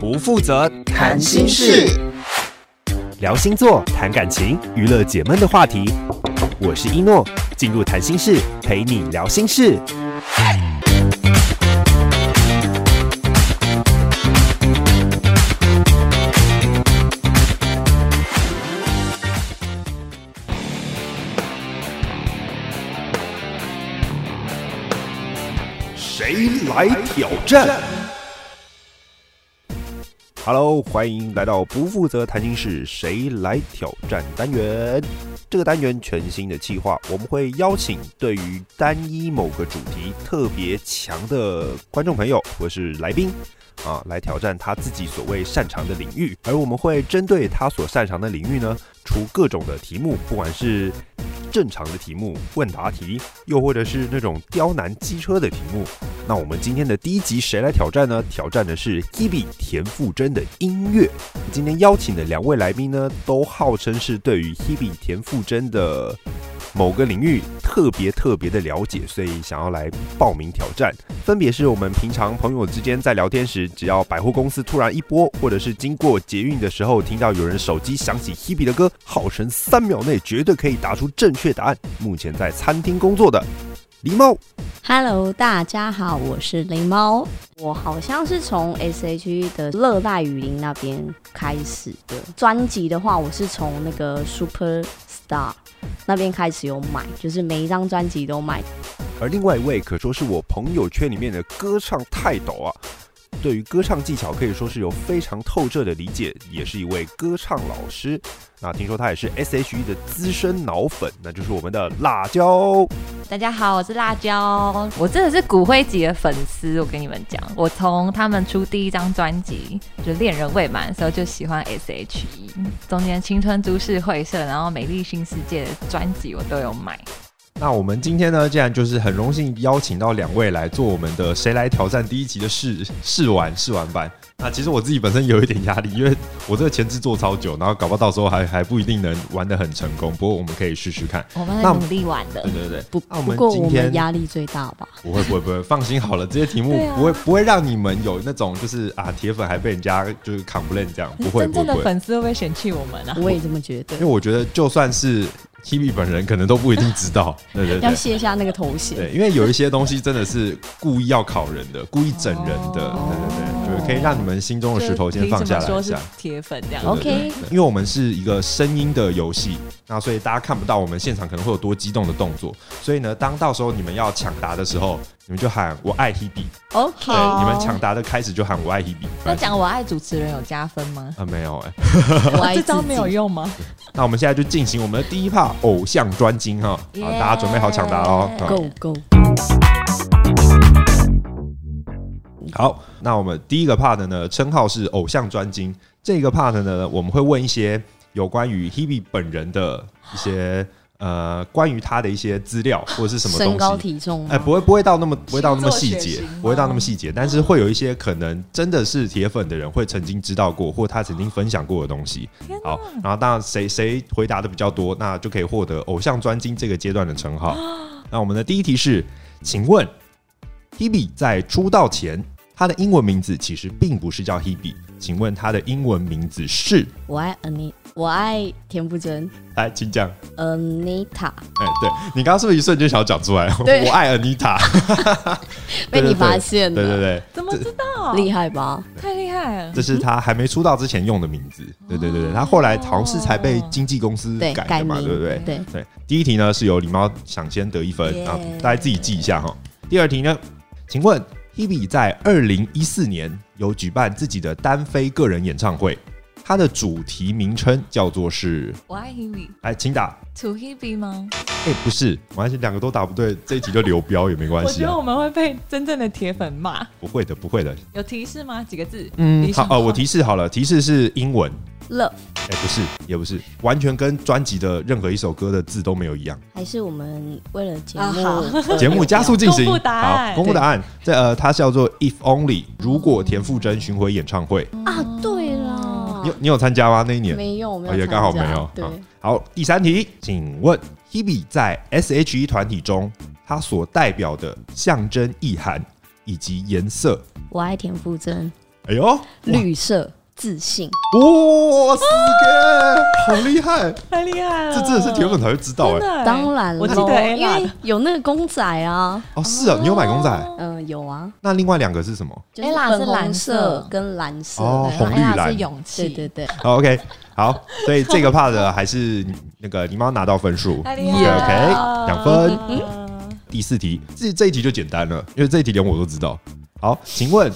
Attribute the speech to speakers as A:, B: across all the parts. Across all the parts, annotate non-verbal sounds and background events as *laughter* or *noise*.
A: 不负责
B: 谈心事，
A: 聊星座、谈感情、娱乐解闷的话题。我是一诺，进入谈心室陪你聊心事。谁来挑战？Hello，欢迎来到不负责谈心事，谁来挑战单元。这个单元全新的计划，我们会邀请对于单一某个主题特别强的观众朋友或是来宾啊，来挑战他自己所谓擅长的领域，而我们会针对他所擅长的领域呢，出各种的题目，不管是正常的题目、问答题，又或者是那种刁难机车的题目。那我们今天的第一集谁来挑战呢？挑战的是 Gibi 田馥甄的音乐。今天邀请的两位来宾呢，都号称是对于 Hebe 田馥甄的某个领域特别特别的了解，所以想要来报名挑战。分别是我们平常朋友之间在聊天时，只要百货公司突然一播，或者是经过捷运的时候听到有人手机响起 Hebe 的歌，号称三秒内绝对可以答出正确答案。目前在餐厅工作的狸猫，
B: Hello，大家好，我是狸猫。我好像是从 S.H.E 的热带雨林那边开始的。专辑的话，我是从那个 Super Star 那边开始有买，就是每一张专辑都买。
A: 而另外一位可说是我朋友圈里面的歌唱泰斗啊，对于歌唱技巧可以说是有非常透彻的理解，也是一位歌唱老师。那听说他也是 S.H.E 的资深脑粉，那就是我们的辣椒。
C: 大家好，我是辣椒，我真的是骨灰级的粉丝。我跟你们讲，我从他们出第一张专辑就《恋人未满》的时候就喜欢 S.H.E，中间《青春株式会社》，然后《美丽新世界》的专辑我都有买。
D: 那我们今天呢，既然就是很荣幸邀请到两位来做我们的《谁来挑战》第一集的试试玩试玩版。那其实我自己本身有一点压力，因为我这个前置做超久，然后搞不好到时候还还不一定能玩得很成功。不过我们可以试试看。
C: 我们
D: 那
C: 很努力玩的
D: 对，对对，
B: 不，
D: 那我
B: 不
D: 们
B: 过
D: 今
B: 我
D: 天
B: 们压力最大
D: *laughs*
B: 吧？
D: 不会不会不会，放心好了，这些题目
C: 对啊
D: 不会、不会让你们有那种就是啊铁粉还被人家就是 complain 这样，不会
C: 嗯真
D: 不
C: 正
D: 会
C: 的
D: 不会。
C: 粉丝会不会嫌弃我们啊？
B: 我也这么觉得
D: 因为。我觉得就算是 Kimi 本人可能都不一定知
C: *laughs*
D: 道。对对
B: 要
D: 对。
B: 卸下那个头衔，
D: 对，因为有一些东西真的是故意要考人的，故意整人的，
C: 哦
D: 对对对，就是可以让你们心中的石头先放下来一
C: 就凭什
D: 下
C: 么说是。铁粉这样
D: 对对
B: OK
D: 对因为我们是一个声音的游戏，那所以大家看不到我们现场可能会有多激动的动作，所以呢，当到时候你们要抢答的时候，你们就喊我爱 Hebe，
C: ？OK，
D: 哎对，你们抢答的开始就喊我爱 Hebe。
C: 那讲我爱主持人有加分吗？
D: 啊没有哎、
B: *laughs* 我爱
C: 这
B: 自
C: 招没有
B: 己。
C: 用吗？
D: 那我们现在就进行我们的第一趴偶像专精哈，好，
C: Yeah
D: 大家准备好抢答哦喽。好
B: Go go，
D: 好，那我们第一个 part 呢，称号是偶像专精。这个 part 呢，我们会问一些有关于 Hebe 本人的一些
B: *sighs*
D: 呃，关于他的一些资料或者是什么
B: 身高
D: 东西。
B: 体重
D: 哎，不会，不会到那么，不会到那么细
C: 星座血
D: 节
C: 型吗，
D: 不会到那么细节，但是会有一些可能真的是铁粉的人会曾经知道过，或他曾经分享过的东西。
C: 天哪
D: 好，
B: 嗯
D: 然后当然谁谁回答的比较多，那就可以获得偶像专精这个阶段的称号。
B: 哦
D: 那我们的第一题是，请问 Hebe 在出道前，她的英文名字其实并不是叫 Hebe，请问她的英文名字是？
B: 我爱 Ani，我爱田馥甄
D: 来，请讲。
B: Anita，
D: 哎，对你刚刚是不是一瞬间想讲出来？
B: 对
D: *laughs* 我爱 Anita，
B: *laughs* 被
D: 对对
B: 你
D: 对
B: 发现
D: 对对
B: 了，
D: 对，
C: 怎么知道？
B: 厉害吧？
C: 太厉害了！
D: 这是她还没出道之前用的名字。对对对对，她后来好像是才被经纪公司
B: 对，
D: 改的嘛，
B: 名
D: 对不对？
B: 对，
D: 对，第一题呢是由狸猫抢先得一分
C: Yeah
D: 啊，大家自己记一下哈。第二题呢，请问 Hebe 在二零一四年有举办自己的单飞个人演唱会，它的主题名称叫做是，
C: 我爱 Hebe，To
D: 哎，请打，
C: Hebe 吗？
D: 哎，不是，没关系，两个都答不对，这一题就流标也没关
C: 我
D: 系
C: 觉得
D: 啊，
C: 我们会被真正的铁粉骂。
D: 不会的，不会的，
C: 有提示吗？几个字？
D: 嗯，好
C: 好，
D: 哦，我提示好了，提示是英文，
B: 乐
D: 哎，不是，也不是，完全跟专辑的任何一首歌的字都没有一样。
B: 还是我们为了节
C: 啊
B: 目，
D: *laughs* 节目加速进行，
C: 公布答案
D: 好，公布答案。这呃，它是叫做《If Only》，如果田馥甄巡回演唱会，
B: 啊！对啦
D: 你有，哦你有参加吗？那一年
B: 没有没
D: 哦
B: 有参加，
D: 也刚好没有。
B: 对
D: 好，好，第三题，请问 Hebe 在 S.H.E 团体中，它所代表的象征意涵以及颜色，
B: 我爱田馥甄，
D: 哎呦，哇
B: 绿色、自信。
D: 哇，四个，好厉害！
C: 太厉害了，
D: 这真的是铁粉才会知道哎、
C: 真的欸
B: 当然
C: 我记得
B: 咯
C: Ella
B: 因为
C: 的
B: 有那个公仔啊，
D: 哦，是啊，你有买公仔？
B: *laughs* 嗯、有啊，
D: 那另外两个是什么？
B: 就是
C: Ella
B: 粉
C: 是
B: 红
C: 蓝色
B: 色跟蓝色。
D: 哦
C: 对
D: 红绿
C: 然后
D: 蓝
C: 是勇气，
B: 对对对，
D: *laughs* 好，OK，好，所以这个 part 的还是那个你妈拿到分数。
C: 太厉害
D: OK，
C: 了
D: 两分。
C: 嗯
D: 第四题，这这一题就简单了，因为这一题连我都知道。好，请问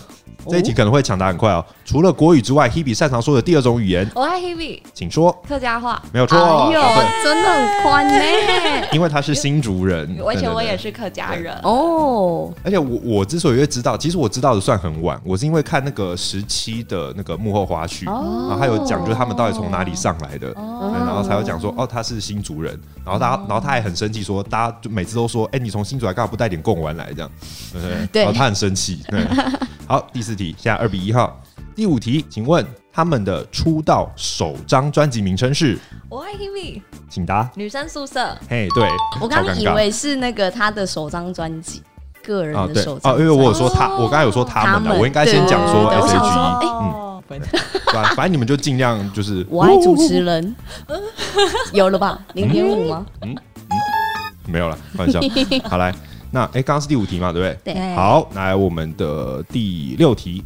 D: 这一题可能会抢答很快哦。除了国语之外，Hebe 擅长说的第二种语言，
C: 我爱 Hebe
D: 请说。
C: 客家话，
D: 没有
C: 哎
D: 错，对，
B: 哎呦，真的很宽呢、
D: 因为他是新竹人，
C: 而且 *laughs* 我
D: 对
C: 也。是客家人。
B: *laughs* 哦，
D: 对对而且我我之所以会知道，其实我知道的算很晚，我是因为看那个时期的那个幕后花絮，
B: 哦
D: 然后还有讲就是他们到底从哪里上来的，
C: 哦
D: 对然后才有讲说哦他是新族人，然后大家，然后他还很生气说，大家就每次都说，哎、你从新族来干嘛不带点贡丸来这样，对不对？
B: 对
D: 然后他很生气。对，好，第四题，现在二比一哈。第五题，请问他们的出道首张专辑名称是？
C: 我爱 Hebe
D: 请答。
C: 女生宿舍，
D: 嘿，对，超
B: 我刚
D: 尴
B: 刚以
D: 尬
B: 为是那个他的首张专辑，个人
D: 啊，
B: 的
D: 对
B: 首张
D: 啊，因为我有说他，
C: 哦
D: 我刚才有说他
B: 他
D: 们
B: 们
D: 的，我应该先讲说
B: 对我
D: S
B: 想
D: H
B: 说
D: E，
C: 哦，嗯，
D: 对吧？反正你们就尽量就是
B: 我爱主持人，
C: 哦
B: 有了
C: *laughs*
B: 吧？
C: 嗯
B: 零点五吗？
D: *laughs* 没有了，开玩笑。好来，那哎，刚刚是第五题嘛，对不对？
C: 哎
B: 对，
C: 嗯
D: 好，来我们的第六题。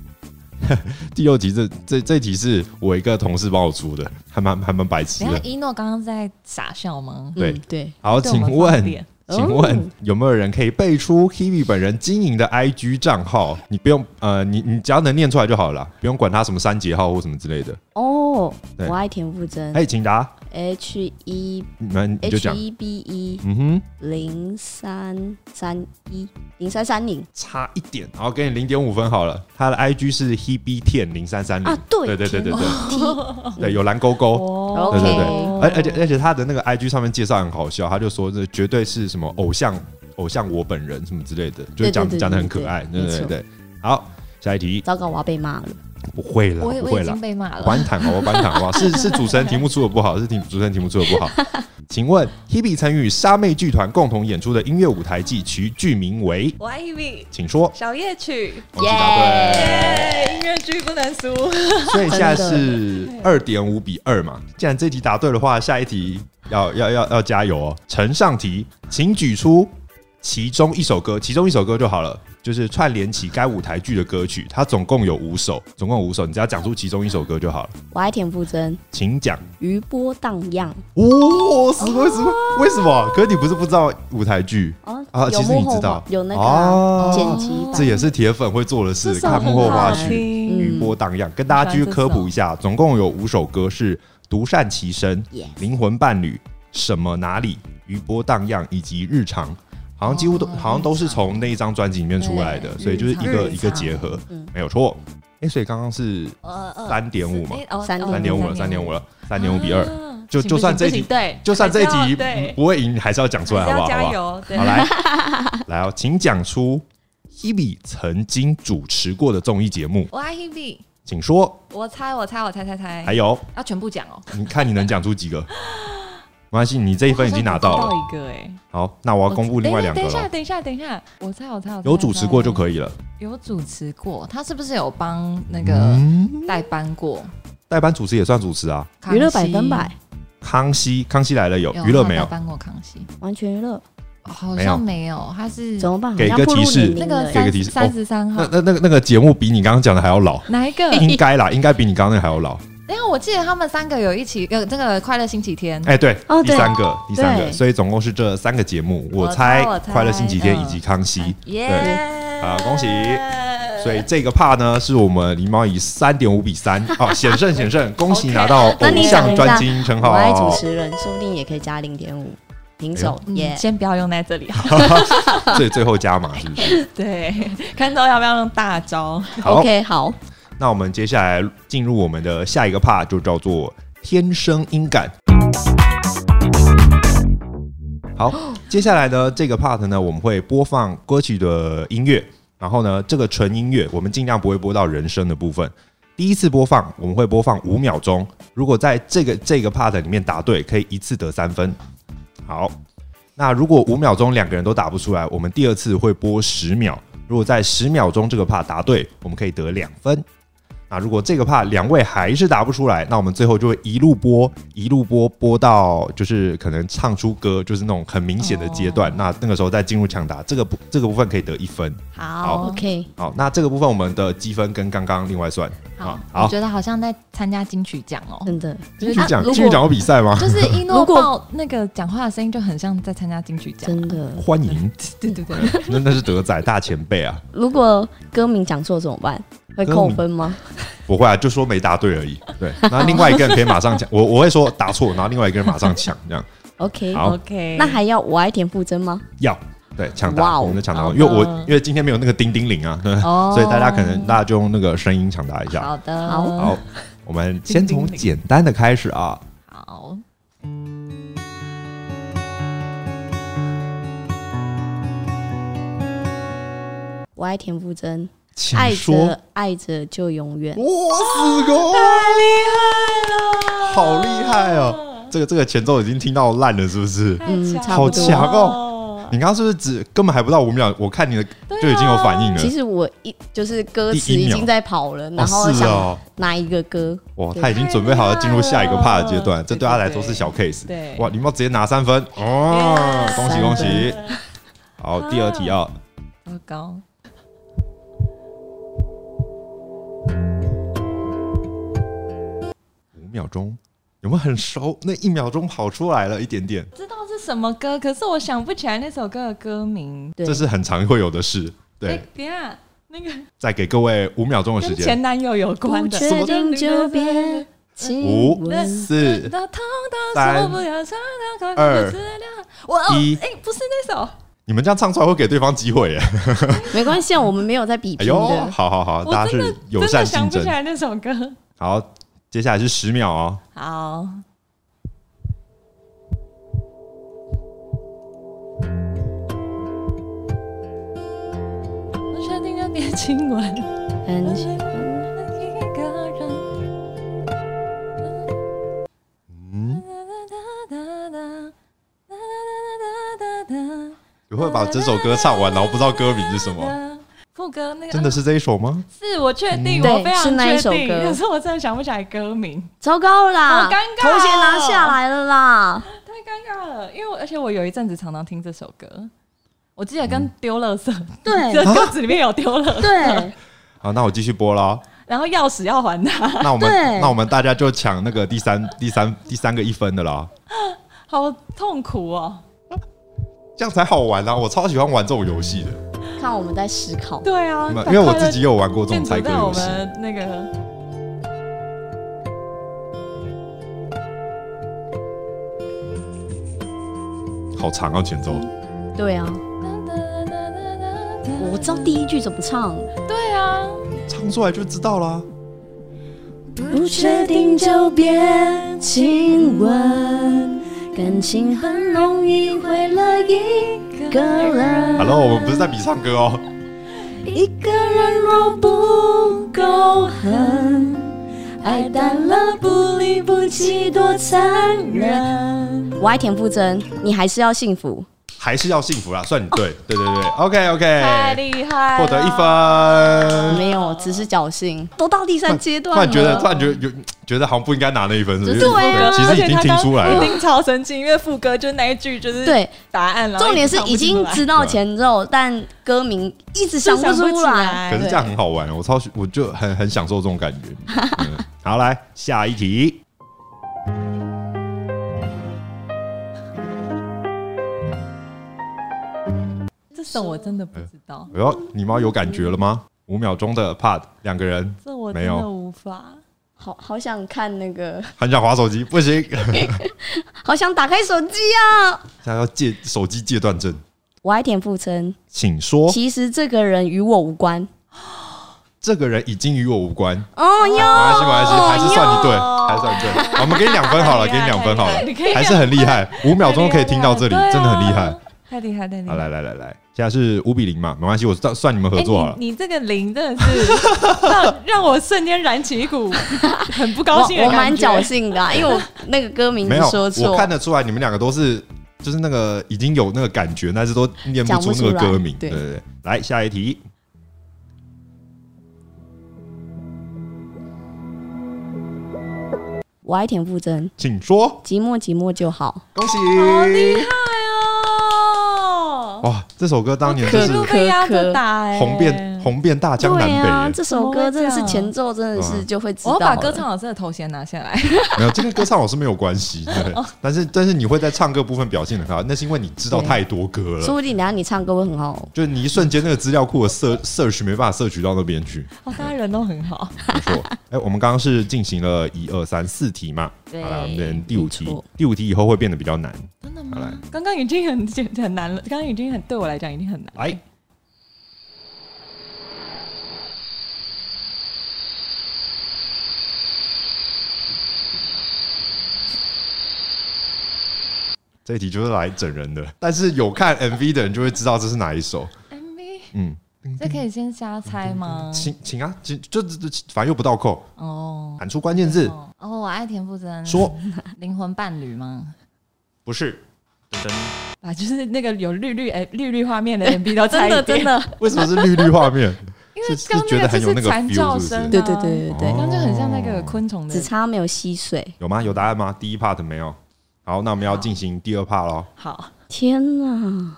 D: *laughs* 第六题这这这题是我一个同事帮我出的，还蛮还蛮白痴
C: 等一下
D: 的。
C: 一诺刚刚在傻笑吗？
D: 对
B: 嗯对，
D: 好，
C: 对我
D: 请
C: 们放
D: 问
C: 脸，
B: 哦
D: 请问有没有人可以背出 Hebe 本人经营的 IG 账号？你不用呃，你你只要能念出来就好了啦，不用管他什么三节号或什么之类的。
B: 哦，
D: 对
B: 我爱田馥甄
C: 嗯
D: 哎，请答，
B: ，H E
D: 你们你就
B: H
D: 讲。
B: E B E
D: 嗯哼，
B: 零三三一零三三零
D: 差一点，然后给你零点五分好了。他的 IG 是 Hebe Ten 零三三零
B: 啊，对
D: 对对对对对
B: 对，
D: 对，有蓝勾勾。
C: 哦
D: 对对对
B: OK
D: 而而且而且他的那个 IG 上面介绍很好笑，他就说这绝对是什么偶像偶像我本人什么之类的，就是讲
B: 对对对
D: 讲的很可爱，
B: 对
D: 对
B: 对
D: 对
B: 没错
D: 对。好，下一题
B: 糟糕，我要被骂了，
D: 不会了，
C: 我
D: 不
C: 我
D: 会
C: 已
D: 了
C: 经，被骂了。
D: 还坦好不好？还坦好不好？是是主持人题目出的不好，是题主持人题目出的不好。请问 Hebe 曾与莎妹剧团共同演出的音乐舞台剧，其剧名为，
C: 我爱 Hebe
D: 请说。
C: 小夜曲，
D: 恭喜答对。
C: 哎，音乐剧不能输。
D: *laughs* 所以现在是二点五比二嘛。既然这题答对的话，下一题要要要要加油哦。呈上题，请举出其中一首歌，其中一首歌就好了，就是串联起该舞台剧的歌曲。它总共有五首，总共有五首，你只要讲出其中一首歌就好了。
B: 我爱田馥甄，
D: 请讲。
B: 余波荡漾，
D: 哦，死会死会，为什么？可是你不是不知道舞台剧，
B: 哦
D: 啊
B: 有
D: 其实
B: 幕
D: 你
B: 后
D: 知道
B: 花有那个啊
D: 哦
B: 剪辑版
D: 这也是铁粉会做的事，看幕后花絮。余波荡漾，跟大家继续科普一下，总共有五首歌是《独善其身》、
B: Yes
D: 《灵魂伴侣》、什么哪里、余波荡漾以及日常，好像几乎都、好像都是从那一张专辑里面出来的，
C: 哦对
D: 所以就是一个
B: 日常
D: 一个结合，
B: 嗯
D: 没有错。哎、所以刚刚是
C: 呃
D: 三点五嘛，三点五了，三点五
C: 了，
D: 了，三点五比二、
C: 啊
D: 就
C: 行
D: 就算
C: 不行
D: 这题
C: 不行对，
D: 就算这一
C: 还是
D: 题
C: 要对，
D: 不会赢，你还是要讲出来，
C: 还
D: 好
C: 是
D: 不
C: 要
D: 好？好不
C: 加
D: 好？
C: 油，对
D: 好，
C: *laughs*
D: 来，来哦，请讲出 Hebe 曾经主持过的综艺节目，
C: 我爱 Hebe，
D: 请说。
C: 我猜，我猜，我猜猜
D: 还
C: 猜，
D: 有，
C: 要全部讲哦。
D: 你看你能讲出几
C: *laughs*
D: 个？没关系，你这一分已经拿到
C: 我好
D: 了。
C: 像只知道一个哎，
D: 好，那我要公布另外两个
C: 等一下，
D: 了。
C: 等一下，等一下，我猜，我猜，我猜
D: 有主持过就
C: 以。
D: 可以了。
C: 有主持过，他是不是有帮那个
D: 嗯，
C: 代班过？
D: 代班主持也算主持啊。
C: 康熙
B: 娱乐百分百，
D: 康熙，康熙来了有娱乐没
C: 他
D: 有
C: 代？班过康熙，
B: 完全娱乐，
C: 哦好
D: 没有
C: 像没有，他是
B: 怎么办？
D: 给一
B: 好像
D: 个
B: 步入
D: 提示
B: 年
C: 那
B: 龄
C: 个
B: 了
D: 给
B: 耶
D: 个提示哦
C: 三十三
D: 那
C: 号
D: 那那个那个节目比你刚刚讲的还要老，
C: 哪一个？
D: 应该啦，应该比你刚刚那个还要老。
C: 等一下，我记得他们三个有一起有这个快乐星期天，
D: 哎，对
B: 哦，
D: 第
B: 对
D: 三个，第三个，
B: 对
D: 所以总共是这三个节目，
C: 我
D: 我
C: 猜
D: 猜
C: 我
D: 《
C: 猜
D: 快乐星期天》
C: 嗯
D: 以及《康熙》。
C: 耶！
D: 哎好恭喜
B: 呃
D: 所以这个帕呢，是我们狸猫以三点五比三
B: *laughs*
D: 哦险胜险胜，恭喜
C: OK
D: 拿到
B: 那
D: 偶
B: 你讲
D: 像
B: 一
D: 专
B: 下
D: 辑称
B: 我
D: 号。
B: 爱主持人，说不定也可以加零点五，平手
D: 哎
C: 嗯
B: 耶。
C: 先不要用在这里，
D: 最最后加码是不
B: *laughs*
D: 是？
C: *laughs* 对，看都要不要用大招？
D: 好
B: OK，好，嗯
D: 那我们接下来进入我们的下一个 part，就叫做天生音感。好，
B: *gasps*
D: 接下来呢，这个 part 呢，我们会播放歌曲的音乐，然后呢，这个纯音乐我们尽量不会播到人声的部分。第一次播放我们会播放五秒钟，如果在这个这个 part 里面答对，可以一次得三分。好，那如果五秒钟两个人都打不出来，我们第二次会播十秒。如果在十秒钟这个 part 答对，我们可以得两分。那如果这个怕两位还是答不出来，那我们最后就会一路播一路播播到就是可能唱出歌，就是那种很明显的阶段。
C: 哦
D: 那那个时候再进入抢答，这个部这个部分可以得一分。
C: 好
B: OK，
D: 好，那这个部分我们的积分跟刚刚另外算。
C: 好，
D: 好
C: 我觉得好像在参加金曲奖哦。
B: 真的
D: 金曲奖，
C: 如果
D: 金曲奖有比赛吗？ *laughs*
C: 就是一
B: 如
C: 诺
B: 果
C: 报那个讲话的声音就很像在参加金曲奖，
B: 真的，
D: 欢迎，
C: 对对对，
D: 那那是德仔大前辈啊，
B: 如果歌名讲错怎么办？会扣分吗？
D: 不会啊，就说没答对而已。对，然后另外一个人可以马上抢，我我会说答错，然后另外一个人马上抢，这样
B: OK，
D: 好
C: OK，
B: 那还要我爱田馥甄吗？
D: 要对抢
B: 哇
D: 答，
B: 哦
D: 我们就抢答，
C: 好
D: 因为我
C: 的
D: 因为今天没有那个叮叮铃啊， *laughs*
C: 哦
D: 所以大家可能大家就用那个声音抢答一下。
C: 好的，
B: 好
D: 好，我们先
C: 叮
D: 从
C: 叮铃
D: 简单的开始啊，
C: 好，
B: 我爱田馥甄，
D: 请
B: 爱
D: 说。
B: 着爱着就永远。
D: 我死过，
C: 太
D: 好厉害哦！这个这个前奏已经听到烂了，是不是？
B: 嗯
C: 太
B: 差
D: 多
B: 不
D: 好强
C: 哦，
D: 你刚刚是不是只根本还不到五秒？我看你的
C: 对啊
D: 就已经有反应了。
B: 其实我一就是歌词
D: 哦第一
B: 已
D: 秒
B: 经在跑了，然
D: 哦
B: 后
D: 是
B: 想
D: 哦，
B: 哪一个歌？
D: 哇，
B: 对
D: 他已经准备好要进入下一个
C: 太厉害
D: part
C: 了
D: 的阶段，这对他来说
C: 对对
D: 是小 case。
C: 对
D: 哇，你们直接拿三分哦，
C: Yeah
D: 恭喜
B: 三
D: 恭
B: 分
D: 喜！好，第二题啊，
C: 糟糕，
D: 五秒钟，有没有很熟？那一秒钟跑出来了一点点，
C: 知道是什么歌，可是我想不起来那首歌的歌名。
B: 对
D: 这是很常会有的事。对
C: 哎，，等一下那个
D: 再给各位五秒钟的时
C: 跟
D: 间
C: 前。男友有关
B: 不
C: 的，
B: 确定就
D: 哦
B: 别亲
D: 五
B: 吻。
D: 四
C: 那痛到
D: 三
C: 受不了，常常
D: 二
C: 我哦
D: 一，
C: 哎，不是那首，
D: 你们这样唱出来会给对方机会耶！
B: 没关系，啊，我们没有在比
D: 哎
B: 拼
D: 呦，
B: 的。
D: 好好好，大家
C: 我真的
D: 是友
C: 真
D: 善
C: 的想
D: 竞
C: 不
D: 争
C: 起。来那首歌。
D: 好，接下来是十秒哦。
C: 好，我确定要别亲吻
B: 很喜
C: 一个人。
D: 嗯，你会把这首歌唱完，然后不知道歌名是什么？？
C: 副歌那个啊
D: 真的是这一首吗？
C: 是我确定，
B: 嗯
C: 我非
B: 对是
C: 常
B: 那一
C: 确
B: 首
C: 定，
B: 歌
C: 可是我真的想不起来歌名，
B: 糟糕了啦，
C: 好尴尬哦
B: 头衔拿下来了啦。
C: 太尴尬了。因为我而且我有一阵子常常听这首歌，我记得
D: 嗯
C: 跟丢垃圾，
B: 对
C: *laughs* 这歌词里面有丢垃圾，
B: 对，
D: 好，那我继续播了。
C: 然后钥匙要还他，
D: 那我们
B: 对
D: 那我们大家就抢那个第三第三第三个一分的啦，
C: 好痛苦哦。
D: 这样才好玩啊！我超喜欢玩这种游戏的，
B: *laughs* 看我们在思考。
C: 对
D: 因
C: 啊，
D: 为
C: 赶快
D: 因为我自己也有玩过这
C: 建
D: 种猜
C: 筑
D: 歌
C: 在我
D: 游戏。
C: 们那个。
D: 好长啊，前奏，
B: 对啊，我知道第一句怎么唱，
C: 对啊，
D: 唱出来就知道啦。
B: 不确定就别亲吻，感情很容易毁了一个人。
D: Hello，我们不是在比唱歌哦，
B: 一个人若不够狠，爱淡了不离不弃多残忍。我爱田馥甄，你还是要幸福。
D: 还是要幸福啦，算你
C: *laughs*
D: 对，对对对，OK
C: 太
D: OK，
C: 厉害了，
D: 获得一分。
B: 没有，只是侥幸，都到第三阶
D: 突
B: 段了，
D: 然觉得，突然觉得有觉得好像不应该拿那一分，是不是？
B: 对啊
D: 其实已经听出来
C: 一
D: 了。
C: 定超神奇，因为副歌就是那一句就是
B: 对。
C: 答案了。然后
B: 重点是已
C: 一直唱
B: 经
C: 不出来
B: 知道前奏，但歌名一直想不
C: 是想不
B: 出
C: 起
B: 来。
C: 来
D: 可是这样很好玩，我超喜我就很很享受这种感觉。嗯好，来下一题。
C: 这首我真的不知道，
D: 哎呦，你猫有感觉了吗？五秒钟的 part，两个人
C: 这我
D: 没
C: 真
D: 有
C: 的无法。
B: 好好想看那个，
D: 很想划手机，不行， *laughs*
B: 好想打开手机啊！
D: 现在要戒手机戒断症，
B: 我爱田馥甄，
D: 请说。
B: 其实这个人与我无关。
D: 这个人已经与我无关，
B: 哦哟，
D: 马来西亚马来西亚还是算你对，
C: 哟
D: 还是算你对。好我们给你两分好了，
C: 太
D: 给
C: 厉
D: 你
C: 害
D: 两分好了
C: 太厉害你可，以
D: 还是很厉害，五秒钟可以听到这里，
C: *laughs* 对啊
D: 真的很厉害。，
C: 太厉害，太厉
D: 好，
C: 害！
D: 来来来来，现在是五比零嘛，没关系，我算算你们合
C: 哎，
D: 作好了。
C: 你你这个零真的是让让我瞬间燃起一 *laughs* 股很不高兴的
B: 我我
C: 感
B: 蛮
C: 觉
B: 侥幸的啊、 *laughs* 因为我那个歌名
D: 没有，
B: 说错
D: 我，看得出来你们两个都是就是那个已经有那个感觉，但是都念不
B: 讲
D: 出
B: 不
D: 那个
B: 出来
D: 歌名。
B: 对
D: 对对，来下一题。
B: 我爱田馥甄，
D: 请说，
B: 寂寞寂寞就好。
D: 恭喜！
C: 好厉害哦！
D: 哇，这首歌当年就
B: 可
D: 是
C: 一路被压着打哎、
D: 红遍红遍大江南
B: 对
D: 北
B: 啊，
D: 耶，
B: 这首歌真的是前奏，真
D: 怎
B: 的
D: 么会这
B: 是
D: 样
B: 就会知
C: 我
B: 道
C: 要
B: 了。
C: 把歌唱老师的头衔拿下来。 *laughs*
D: 没有这跟歌唱老师没有关系，
B: *laughs*
D: 对。
B: 哦
D: 但是但是你会在唱歌部分表现的很好，那是因为你知道
B: 对
D: 太多歌了。
B: 说不定等一下你唱歌会很好。
D: 就是你一瞬间那个资料库的 search search 没办法 search 到那边去，
C: 哦，大家人都很好。
D: 没错。
B: *laughs*
D: 哎，我们刚刚是进行了一二三四题嘛，
C: 对
D: 好了，我们等第五
B: 没
D: 题
B: 错，
D: 第五题以后会变得比较难。
C: 真的
D: 好来
C: 吗？刚刚已经很简很难了，刚刚已经很对我来讲已经很难。
D: 来，这一题就是来整人的，但是有看 MV 的人就会知道这是哪一首。
C: MV，
D: 嗯，
C: 这可以先瞎猜吗？
D: 请请啊，请就就就反正又不倒扣，
C: 哦
D: 喊出关键字，
C: 哦，哦我爱田馥甄。
D: 说
C: 灵魂伴侣吗？
D: 不是。噔噔
C: 啊，就是那个有绿绿哎、绿绿画哎面的 MV 都
B: 真
C: 猜一
B: 的
C: 遍
B: 真，的，
D: 为什么是绿绿画面？
C: 因
D: *laughs*
C: 为
D: 是
C: 刚
D: 是觉得
C: 那
D: 很有
C: 就
D: 那
C: 是
D: 个
C: 蝉叫
D: feel，是不是
C: 声啊，
B: 对对对对对，
D: 哦
C: 刚刚就很像那个昆虫的
B: 只。差没有吸水。
D: 有吗？有答案吗？第一 part 没有。好，那我们要进行第二 part 喽。
C: 好，
B: 天哪！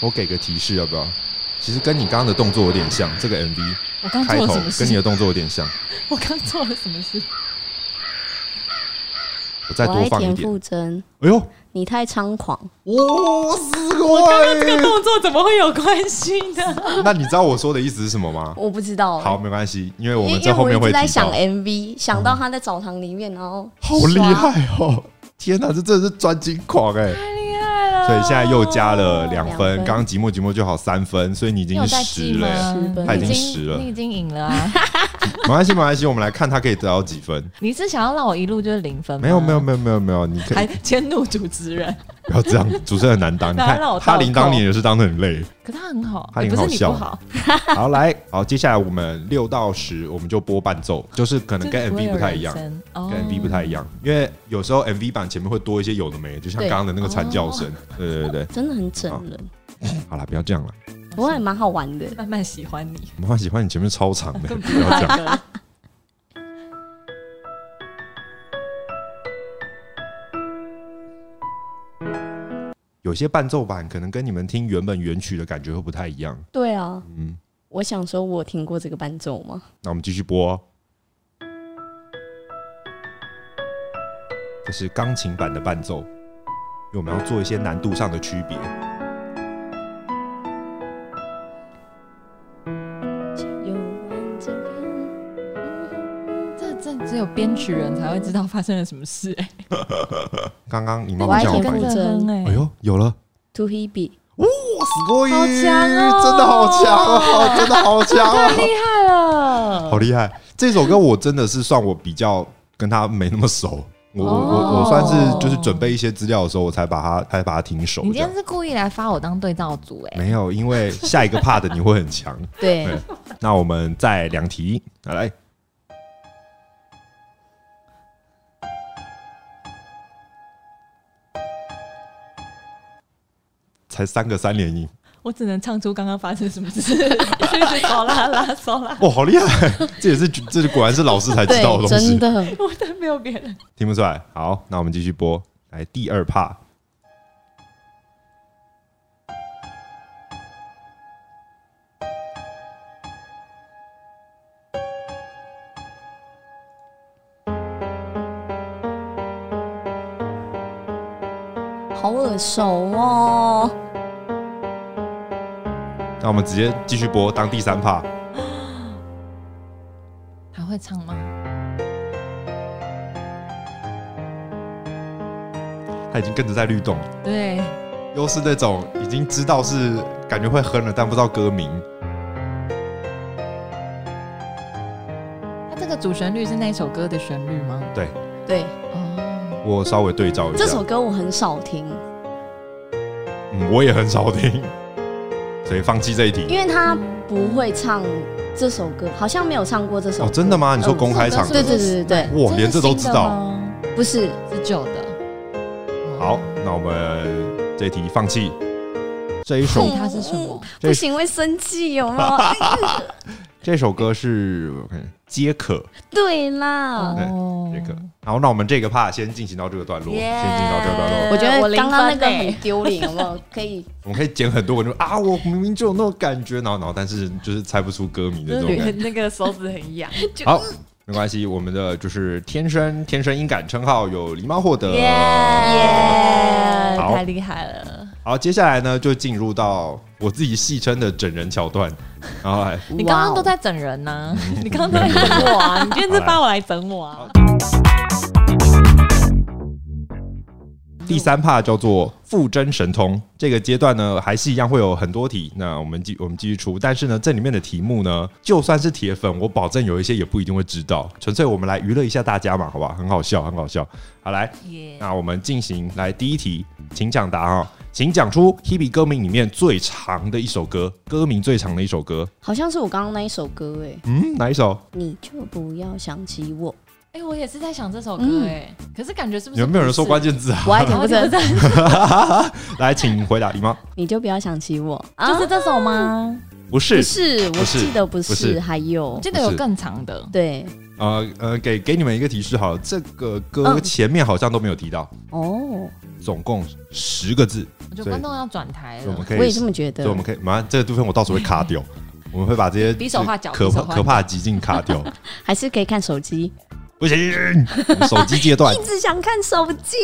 D: 我给个提示要不要？其实跟你刚刚的动作有点像，这个 MV
C: 我刚
D: 开
C: *laughs* 做了
D: 头
C: 什么
D: 跟你
C: 事？
D: 的动作有点像。
C: 我刚做了什么事？
D: 我再
B: 我
D: 多
B: 爱
D: 放一
B: 田
D: 点。
B: 馥甄，
D: 哎呦，
B: 你太猖狂。
D: 哇，死
C: 这个
D: 鬼！
C: 动作怎么会有关系 *laughs*
D: *laughs*
C: 呢？
D: 那你知道我说的意思是什么吗？
B: 我不知道。欸
D: 好，，没关系，因为我
B: 因为
D: 们
B: 因
D: 在
B: 为
D: 后
B: 我一
D: 面会
B: 直在
D: 提
B: 想
C: 哎
D: 到。
B: MV，想到他在澡堂里面，然后
D: 好厉害哦！天哪，这真的是专精狂哎！
C: 太厉害了！
D: 所以现在又加了两
B: 两
D: 分，
B: 分
D: 刚刚寂寞寂寞就好三分，所以你已
C: 你
D: 经
C: 有
D: 是
C: 在
D: 十
C: 记
D: 了耶。
C: 吗？
B: 十分
D: 他已
C: 你
D: 经十了
C: 你已经赢了啊！
D: 没关系，没关系，我们来看他可以得到几分。
C: *laughs* 你是想要让我一路就是零分吗？
D: 没有，没有，没有，没有，没有，你可以
C: *laughs* 还迁怒主持人，
D: 不要这样，主持人很难当。你
C: 大家
D: 看
C: 让我倒
D: 哈林当
C: 扣
D: 年也是当的很累。
C: 可他很好，
D: 他
C: 也
D: 很
C: 不
D: 好
C: 是你不
D: 笑
C: 好，
D: 好，来，好，接下来我们六到十，我们就播伴奏，就是可能跟
C: 真的会
D: MV
C: 有
D: 不太一样，
C: 人生哦
D: 跟 MV 不太一样，因为有时候 MV 版前面会多一些有的没的，就像
B: 对
D: 刚刚的那个惨叫声。
C: 哦
D: 对对对
B: 真的很整人，
D: 对，
C: *laughs*
D: 好了，不要这样了，
B: 不过还蛮好玩的。
C: 慢慢喜欢你，
D: 我们换喜欢你前面超长的，
C: *laughs* 更
D: 不要这样。
C: 样。
D: 有些伴奏版可能跟你们听原本原曲的感觉会不太一样。
B: 对啊，
D: 嗯，
B: 我想说，我有听过这个伴奏吗？
D: 那我们继续播哦、这是钢琴版的伴奏，因为我们要做一些难度上的区别。
B: 有完这边
C: 这这只有编曲人才会知道发生了什么事，哎，
D: 刚刚你妈
B: 我
D: 妈
B: 爱
D: 叫我
B: 田
D: 反应
B: 馥甄，真
C: 哎
D: 哎呦，有了，
B: To Hebe，
D: 哇，死过瘾，
C: 好强哦
D: 真的好强哦，真的好强哦，
C: 厉害了
D: 好，厉害！这首歌我真的是算我比较跟他没那么熟，我我我我
C: 哦
D: 算是就是准备一些资料的时候，我才把它才把它听熟
C: 你今
D: 这样
C: 天。是故意来发我当对照组，哎，
D: 没有，因为下一个 part 你会很强。
B: 对，
D: 对那我们再两题，来，才三个三连音，
C: 我只能唱出刚刚发生什么事， *laughs* 就是骚啦啦骚啦，
D: 哇，好厉害！ *laughs* 这也是这是果然是老师才知道的
B: 对，
D: 东西
B: 真，的
C: 我真没有别人。
D: 听不出来。好，那我们继续播，来第二趴。
B: 好耳熟哦。
D: 那我们直接继续播，当第三趴。
C: 还会唱吗？
D: 他已经跟着在律动了，
C: 对，
D: 又是那种已经知道是感觉会哼了，但不知道歌名。
C: 那这个主旋律是那首歌的旋律吗？
D: 对
B: 对，
C: 哦，
D: 我稍微对照一下，
B: 这首歌我很少听，
D: 嗯，我也很少听，所以放弃这一题。
B: 因为他不会唱这首歌，好像没有唱过这首
D: 哦，
B: 歌。
D: 真的吗？你说公开场合？
B: 嗯对对对对对，
D: 哇，连这都知道。
C: 吗？
B: 不是
C: 是旧的。
D: 好，那我们这一题放弃。这一首
C: 所以它是什么？
D: 这
B: 不行，会生气
D: *laughs*
B: 有吗？
D: 这首歌是我看皆可
B: 对啦，
C: 哦
D: 皆可。好，那我们这个 part 先进行到这个段落，
C: Yeah
D: 先进行到这个段落。
B: 我觉得
E: 我零
B: 刚刚那
E: 分
B: 个
E: 欸
B: 很丢脸，有没有？可以
D: 我们可以剪很多个，就啊，我明明就有那种感觉，然后然后但是就是猜不出歌名的这种感觉。
C: 那个手指很 *laughs* 痒，
D: 好，没关系，我们的就是天生天生音感称号有狸猫获得。
C: 耶
D: 好
C: 太厉害了！
D: 好，接下来呢就进入到我自己戏称的整人桥段，然后来
C: 你刚刚都在整人
D: *laughs*
C: 呢，你刚刚都在整我啊！你今天是发我来整我啊？
D: 第三趴叫做复真神通。这个阶段呢，还是一样会有很多题。那我们继我们继续出，但是呢，这里面的题目呢，就算是铁粉，我保证有一些也不一定会知道。纯粹我们来娱乐一下大家嘛，好不好？很好笑，很好笑。好，来，
C: 耶
D: 那我们进行来第一题，请抢答啊、请讲出 Hebe 歌名里面最长的一首歌，歌名最长的一首歌。
B: 好像是我刚刚那一首歌哎，
D: 嗯，哪一首？
B: 你就不要想起
D: *laughs*
B: 我，
C: 哎，我也是在想这首歌
B: 嗯
C: 哎，可是感觉是不是
D: 有没有人说关
C: 键？
D: 键字啊？
B: 我爱
C: 然
B: 田
C: 后
B: 馥
C: 就
B: 甄
C: 是，这
D: 来，请回答，你吗？
B: 你就不要想起我，啊
C: 就是这首吗？
D: 不
B: 不
D: 是，
B: 是，
D: 不
B: 我
D: 是
B: 记得不
D: 不是
B: 是，还有
C: 我记得有更长的，
B: 对
D: 呃呃，给给你们一个提示好了，这个歌
B: 嗯
D: 前面好像都没有提到。
B: 哦，
D: 总共十个字，
C: 我觉得观众要转台
D: 所以我们
C: 了。
D: 可以，
B: 我也这么觉
D: 所以我
B: 得
D: 们。可以，马上这个部分我到时候会卡掉，我们会把这些
C: 比手画脚
D: 可
C: 比
D: 怕
C: 手画脚
D: 可怕的极尽卡掉，
B: 还是可以看手机，
D: 不行，我们手机戒断，
B: 一直想看手机。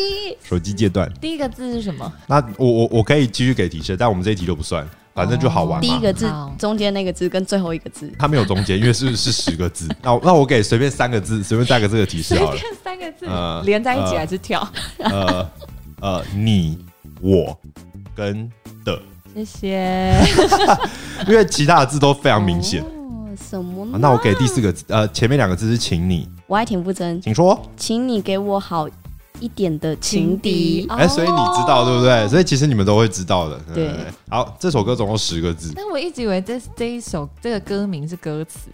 D: 手机戒断。
C: 第一个字是什么？
D: 那我我我可以继续给提示，但我们这一题就不算，反正就好玩嘛。
B: 哦第一个字
C: 好，
B: 中间那个字跟最后一个字，
D: 它没有中间，因为是是十个字。 *laughs* 那我那我给随便三个字，随便三个字的提示
C: *laughs*
D: 好了。
C: 三个字
D: 呃
C: 连在一起还是跳？
D: 呃呃，你我跟的，
C: 谢谢。
D: 因为其他的字都非常明显。
B: 哦，什么
D: 好
B: 呢？
D: 那我给第四个字，呃，前面两个字是请你，
B: 我爱田馥甄，
D: 请说。
B: 请你给我好一点的情敌。
D: 哎、所以你知道对不对？所以其实你们都会知道的。
B: 哦对
D: 嗯好，这首歌总共十个字，
C: *laughs* 但我一直以为这这一首这个歌名是歌词，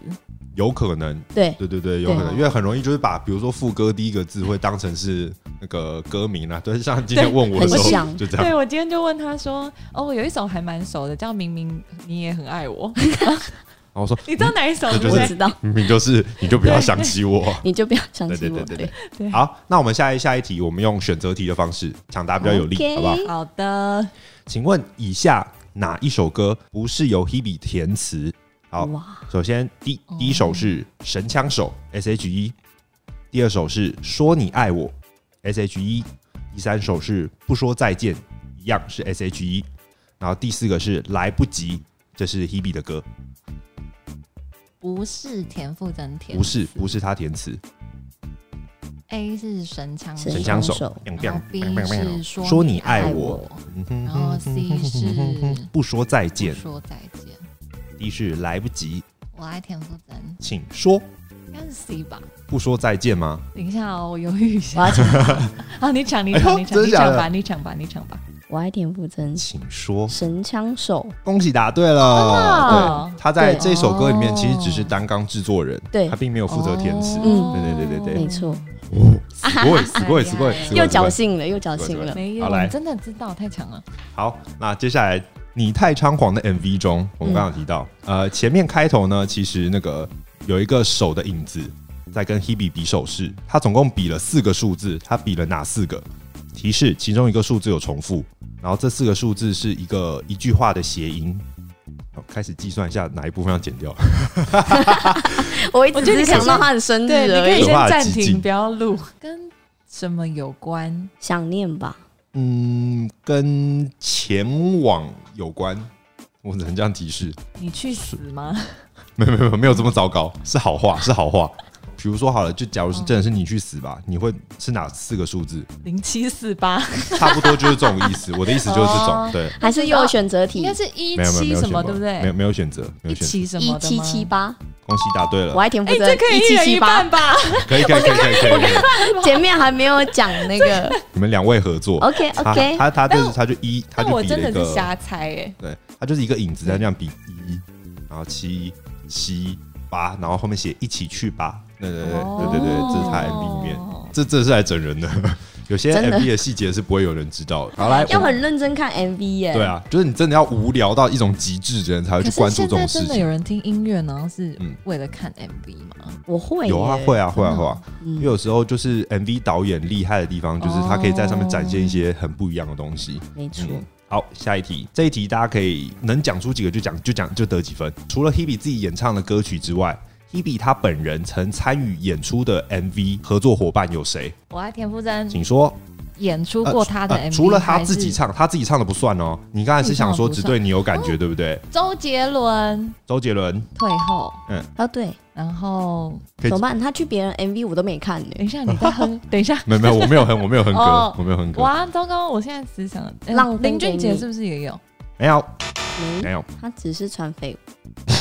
D: 有可能，
B: 对，
D: 对对对，有可能，
C: 对
D: 因为很容易就是把比如说副歌第一个字会当成是那个歌名啦，对，像今天问我的时
B: 很
D: 候
B: 像
D: 就这样
C: 对，我今天就问他说：“哦，我有一首还蛮熟的，叫《明明你也很爱我》， *laughs*
D: 然后我说
C: 你知道哪一首？
D: 这 *laughs* 就
C: 对不
D: 是
B: 我
C: 对
B: 知道，
D: 明明就是你就不要想起我。
B: 你就不要想
D: 对
B: 起
D: 对
B: 我。
D: 对对对。
C: 对
D: 好，那我们下一下一题，我们用选择题的方式抢答比较有力
B: OK
D: 好不好？？”
C: 好的，
D: 请问以下哪一首歌不是由 Hebe 填词？好，
B: 哇，
D: 首先第第一首是《神枪手》S.H.E，第二首是《说你爱我》S.H.E，第三首是《不说再见》，一样是 S.H.E，然后第四个是《来不及》，这是 Hebe 的歌，
C: 不是田馥甄填，
D: 不是不是他填词，
C: A 是神枪手
B: 神
D: 神枪手
B: 手
D: ，biang
C: 然后
D: biang
C: B
D: biang biang biang
C: 是说
D: 说你
C: 你爱
D: 爱
C: 我
D: 我，嗯哼
C: 然后 C 是
D: 不说再
C: 不
D: 见
C: 说再见，
D: ，D 是来不及，
C: 我爱田馥甄，
D: 请说
C: 应该是 C 吧？
D: 不说再见吗？
C: 等一下哦，我犹豫一
B: 我
C: 下。
B: 要讲，
C: 啊，你抢，你
D: 哎
C: 抢，
D: 呦
C: 你抢，
D: 真
C: 你
D: 的假
C: 抢
D: 的
C: 吧，你抢吧，你抢吧。
B: 我爱田馥甄，
D: 请说。
B: 神枪手。
D: 恭喜答对了。
C: 哦
D: 对，他在
B: 对
D: 这首歌里面
C: 哦
D: 其实只是担纲制作人，
B: 对
D: 他并没有负责填词。
B: 嗯
D: 对对对对对
B: 没错，
D: 哦，死过死过死过
C: 哎呀
D: 死过！
B: 又侥幸了，又侥幸了。
C: 没
D: 好
C: 有，
D: 来
C: 你真的知道，太强了。
D: 好，那接下来你太猖狂的 MV 中，我们刚刚有提到，呃，前面开头呢，其实那个有一个手的影子在跟 Hebe 比手势，他总共比了四个数字，他比了哪四个？提示：其中一个数字有重复，然后这四个数字是一个一句话的谐音。好，开始计算一下哪一部分要剪掉。
B: 我一直
C: 我觉
B: 只
C: 得你
B: 想到他的生日
C: 对，你
B: 而
C: 可
B: 已
C: 以
D: 可，
C: 先
D: 怕的
C: 暂
D: 极
C: 停，
D: 境
C: 不要录。跟什么有关？
B: 想念吧。
D: 嗯，跟前往有关，我只能这样提示。 *laughs*
C: 你去死吗？
D: 没有没有没有这么糟糕，是好话是好话。比如说好了，就假如是真的是你去死吧，你会是哪四个数
C: *laughs*
D: 字？
C: 零七四八
D: 差不多就是这种意思。我的意思就是这种
C: 哦，
D: 对，
B: 还是又有选择题
C: 应该，是一
D: 没有没有没
C: 七
D: 有
C: 什
D: 选
C: 么，
D: 择，
C: 对不
D: 没有
C: 对？
D: 没有选择，没
C: 一
D: 有选择。
C: 七什
B: 一
C: 么的
B: 七
C: 吗
B: 七？八，
D: 恭喜答对
B: 我
D: 了，
B: 爱田
C: 哎，
B: 馥
C: 这
B: 甄
C: 可
B: 一
C: 以一
B: 七
C: 人
B: 七
C: 一
B: 八
C: 半，吧？
D: 可以可以可以可以
C: *laughs*
D: 可以可以，
B: 前面还没有讲那个。
D: 你们两位合
C: *laughs*
D: 作。
B: OK
D: 他
B: OK，
D: 他他
C: 哦但
D: 就是
C: 我
D: 他就一，他
C: 但
D: 就
C: 我
D: 比
C: 真
D: 了
C: 的
D: 一
C: 是
D: 个，
C: 瞎猜哎。
D: 对，他就是一个影子在这样比一，然后七七八，然后
C: 哦
D: 后面写一起去吧。对对对对对对，这是他 MV 里面。这这是来整人的， *laughs* 有些
B: 真的
D: MV 的细节是不会有人知道的。好来，
B: 要
D: 我
B: 很认真看 MV 耶、
D: 对啊，就是你真的要无聊到一种极致的人才会去
C: 可是
D: 关注
C: 现
D: 这
C: 在
D: 种事
C: 真的有
D: 情。
C: 人听音乐，然后是
D: 嗯
C: 为了看 MV 吗？
B: 我会
D: 有啊，
B: 耶
D: 会啊，会啊，会啊。因
B: 嗯
D: 为有时候就是 MV 导演厉害的地方，就是他可以在上面展现一些很不一样的东西。
B: 没错，
D: 嗯好，下一题，这一题大家可以能讲出几个就讲，就讲就得几分。除了 Hebe 自己演唱的歌曲之外，Hebe 她本人曾参与演出的 MV 合作伙伴有谁？
C: 我爱田馥甄
D: 请说。
C: 演出过他嗯的
D: 呃
C: MV，
D: 除了她
C: 还是
D: 自己唱，她自己唱的不算哦。你刚才是想说只对你有感觉，对不对？
C: 周杰伦
D: 周杰伦，
C: 退后，
B: 啊对，
C: 然后
D: 可以
B: 怎么办？他去别人 MV 我都没看呢、
C: 等一下你
D: *laughs*
C: 在哼，等一下。
D: 没有没有，我没有哼，我没有哼歌
C: 哦，
D: 我没有哼歌，
C: 哇，糟糕！我现在只想呃
B: 浪费给
C: 林俊杰
B: 你
C: 是不是也有？
D: 没有没
B: 没，
C: 嗯
D: 有，
B: 他只是传绯闻。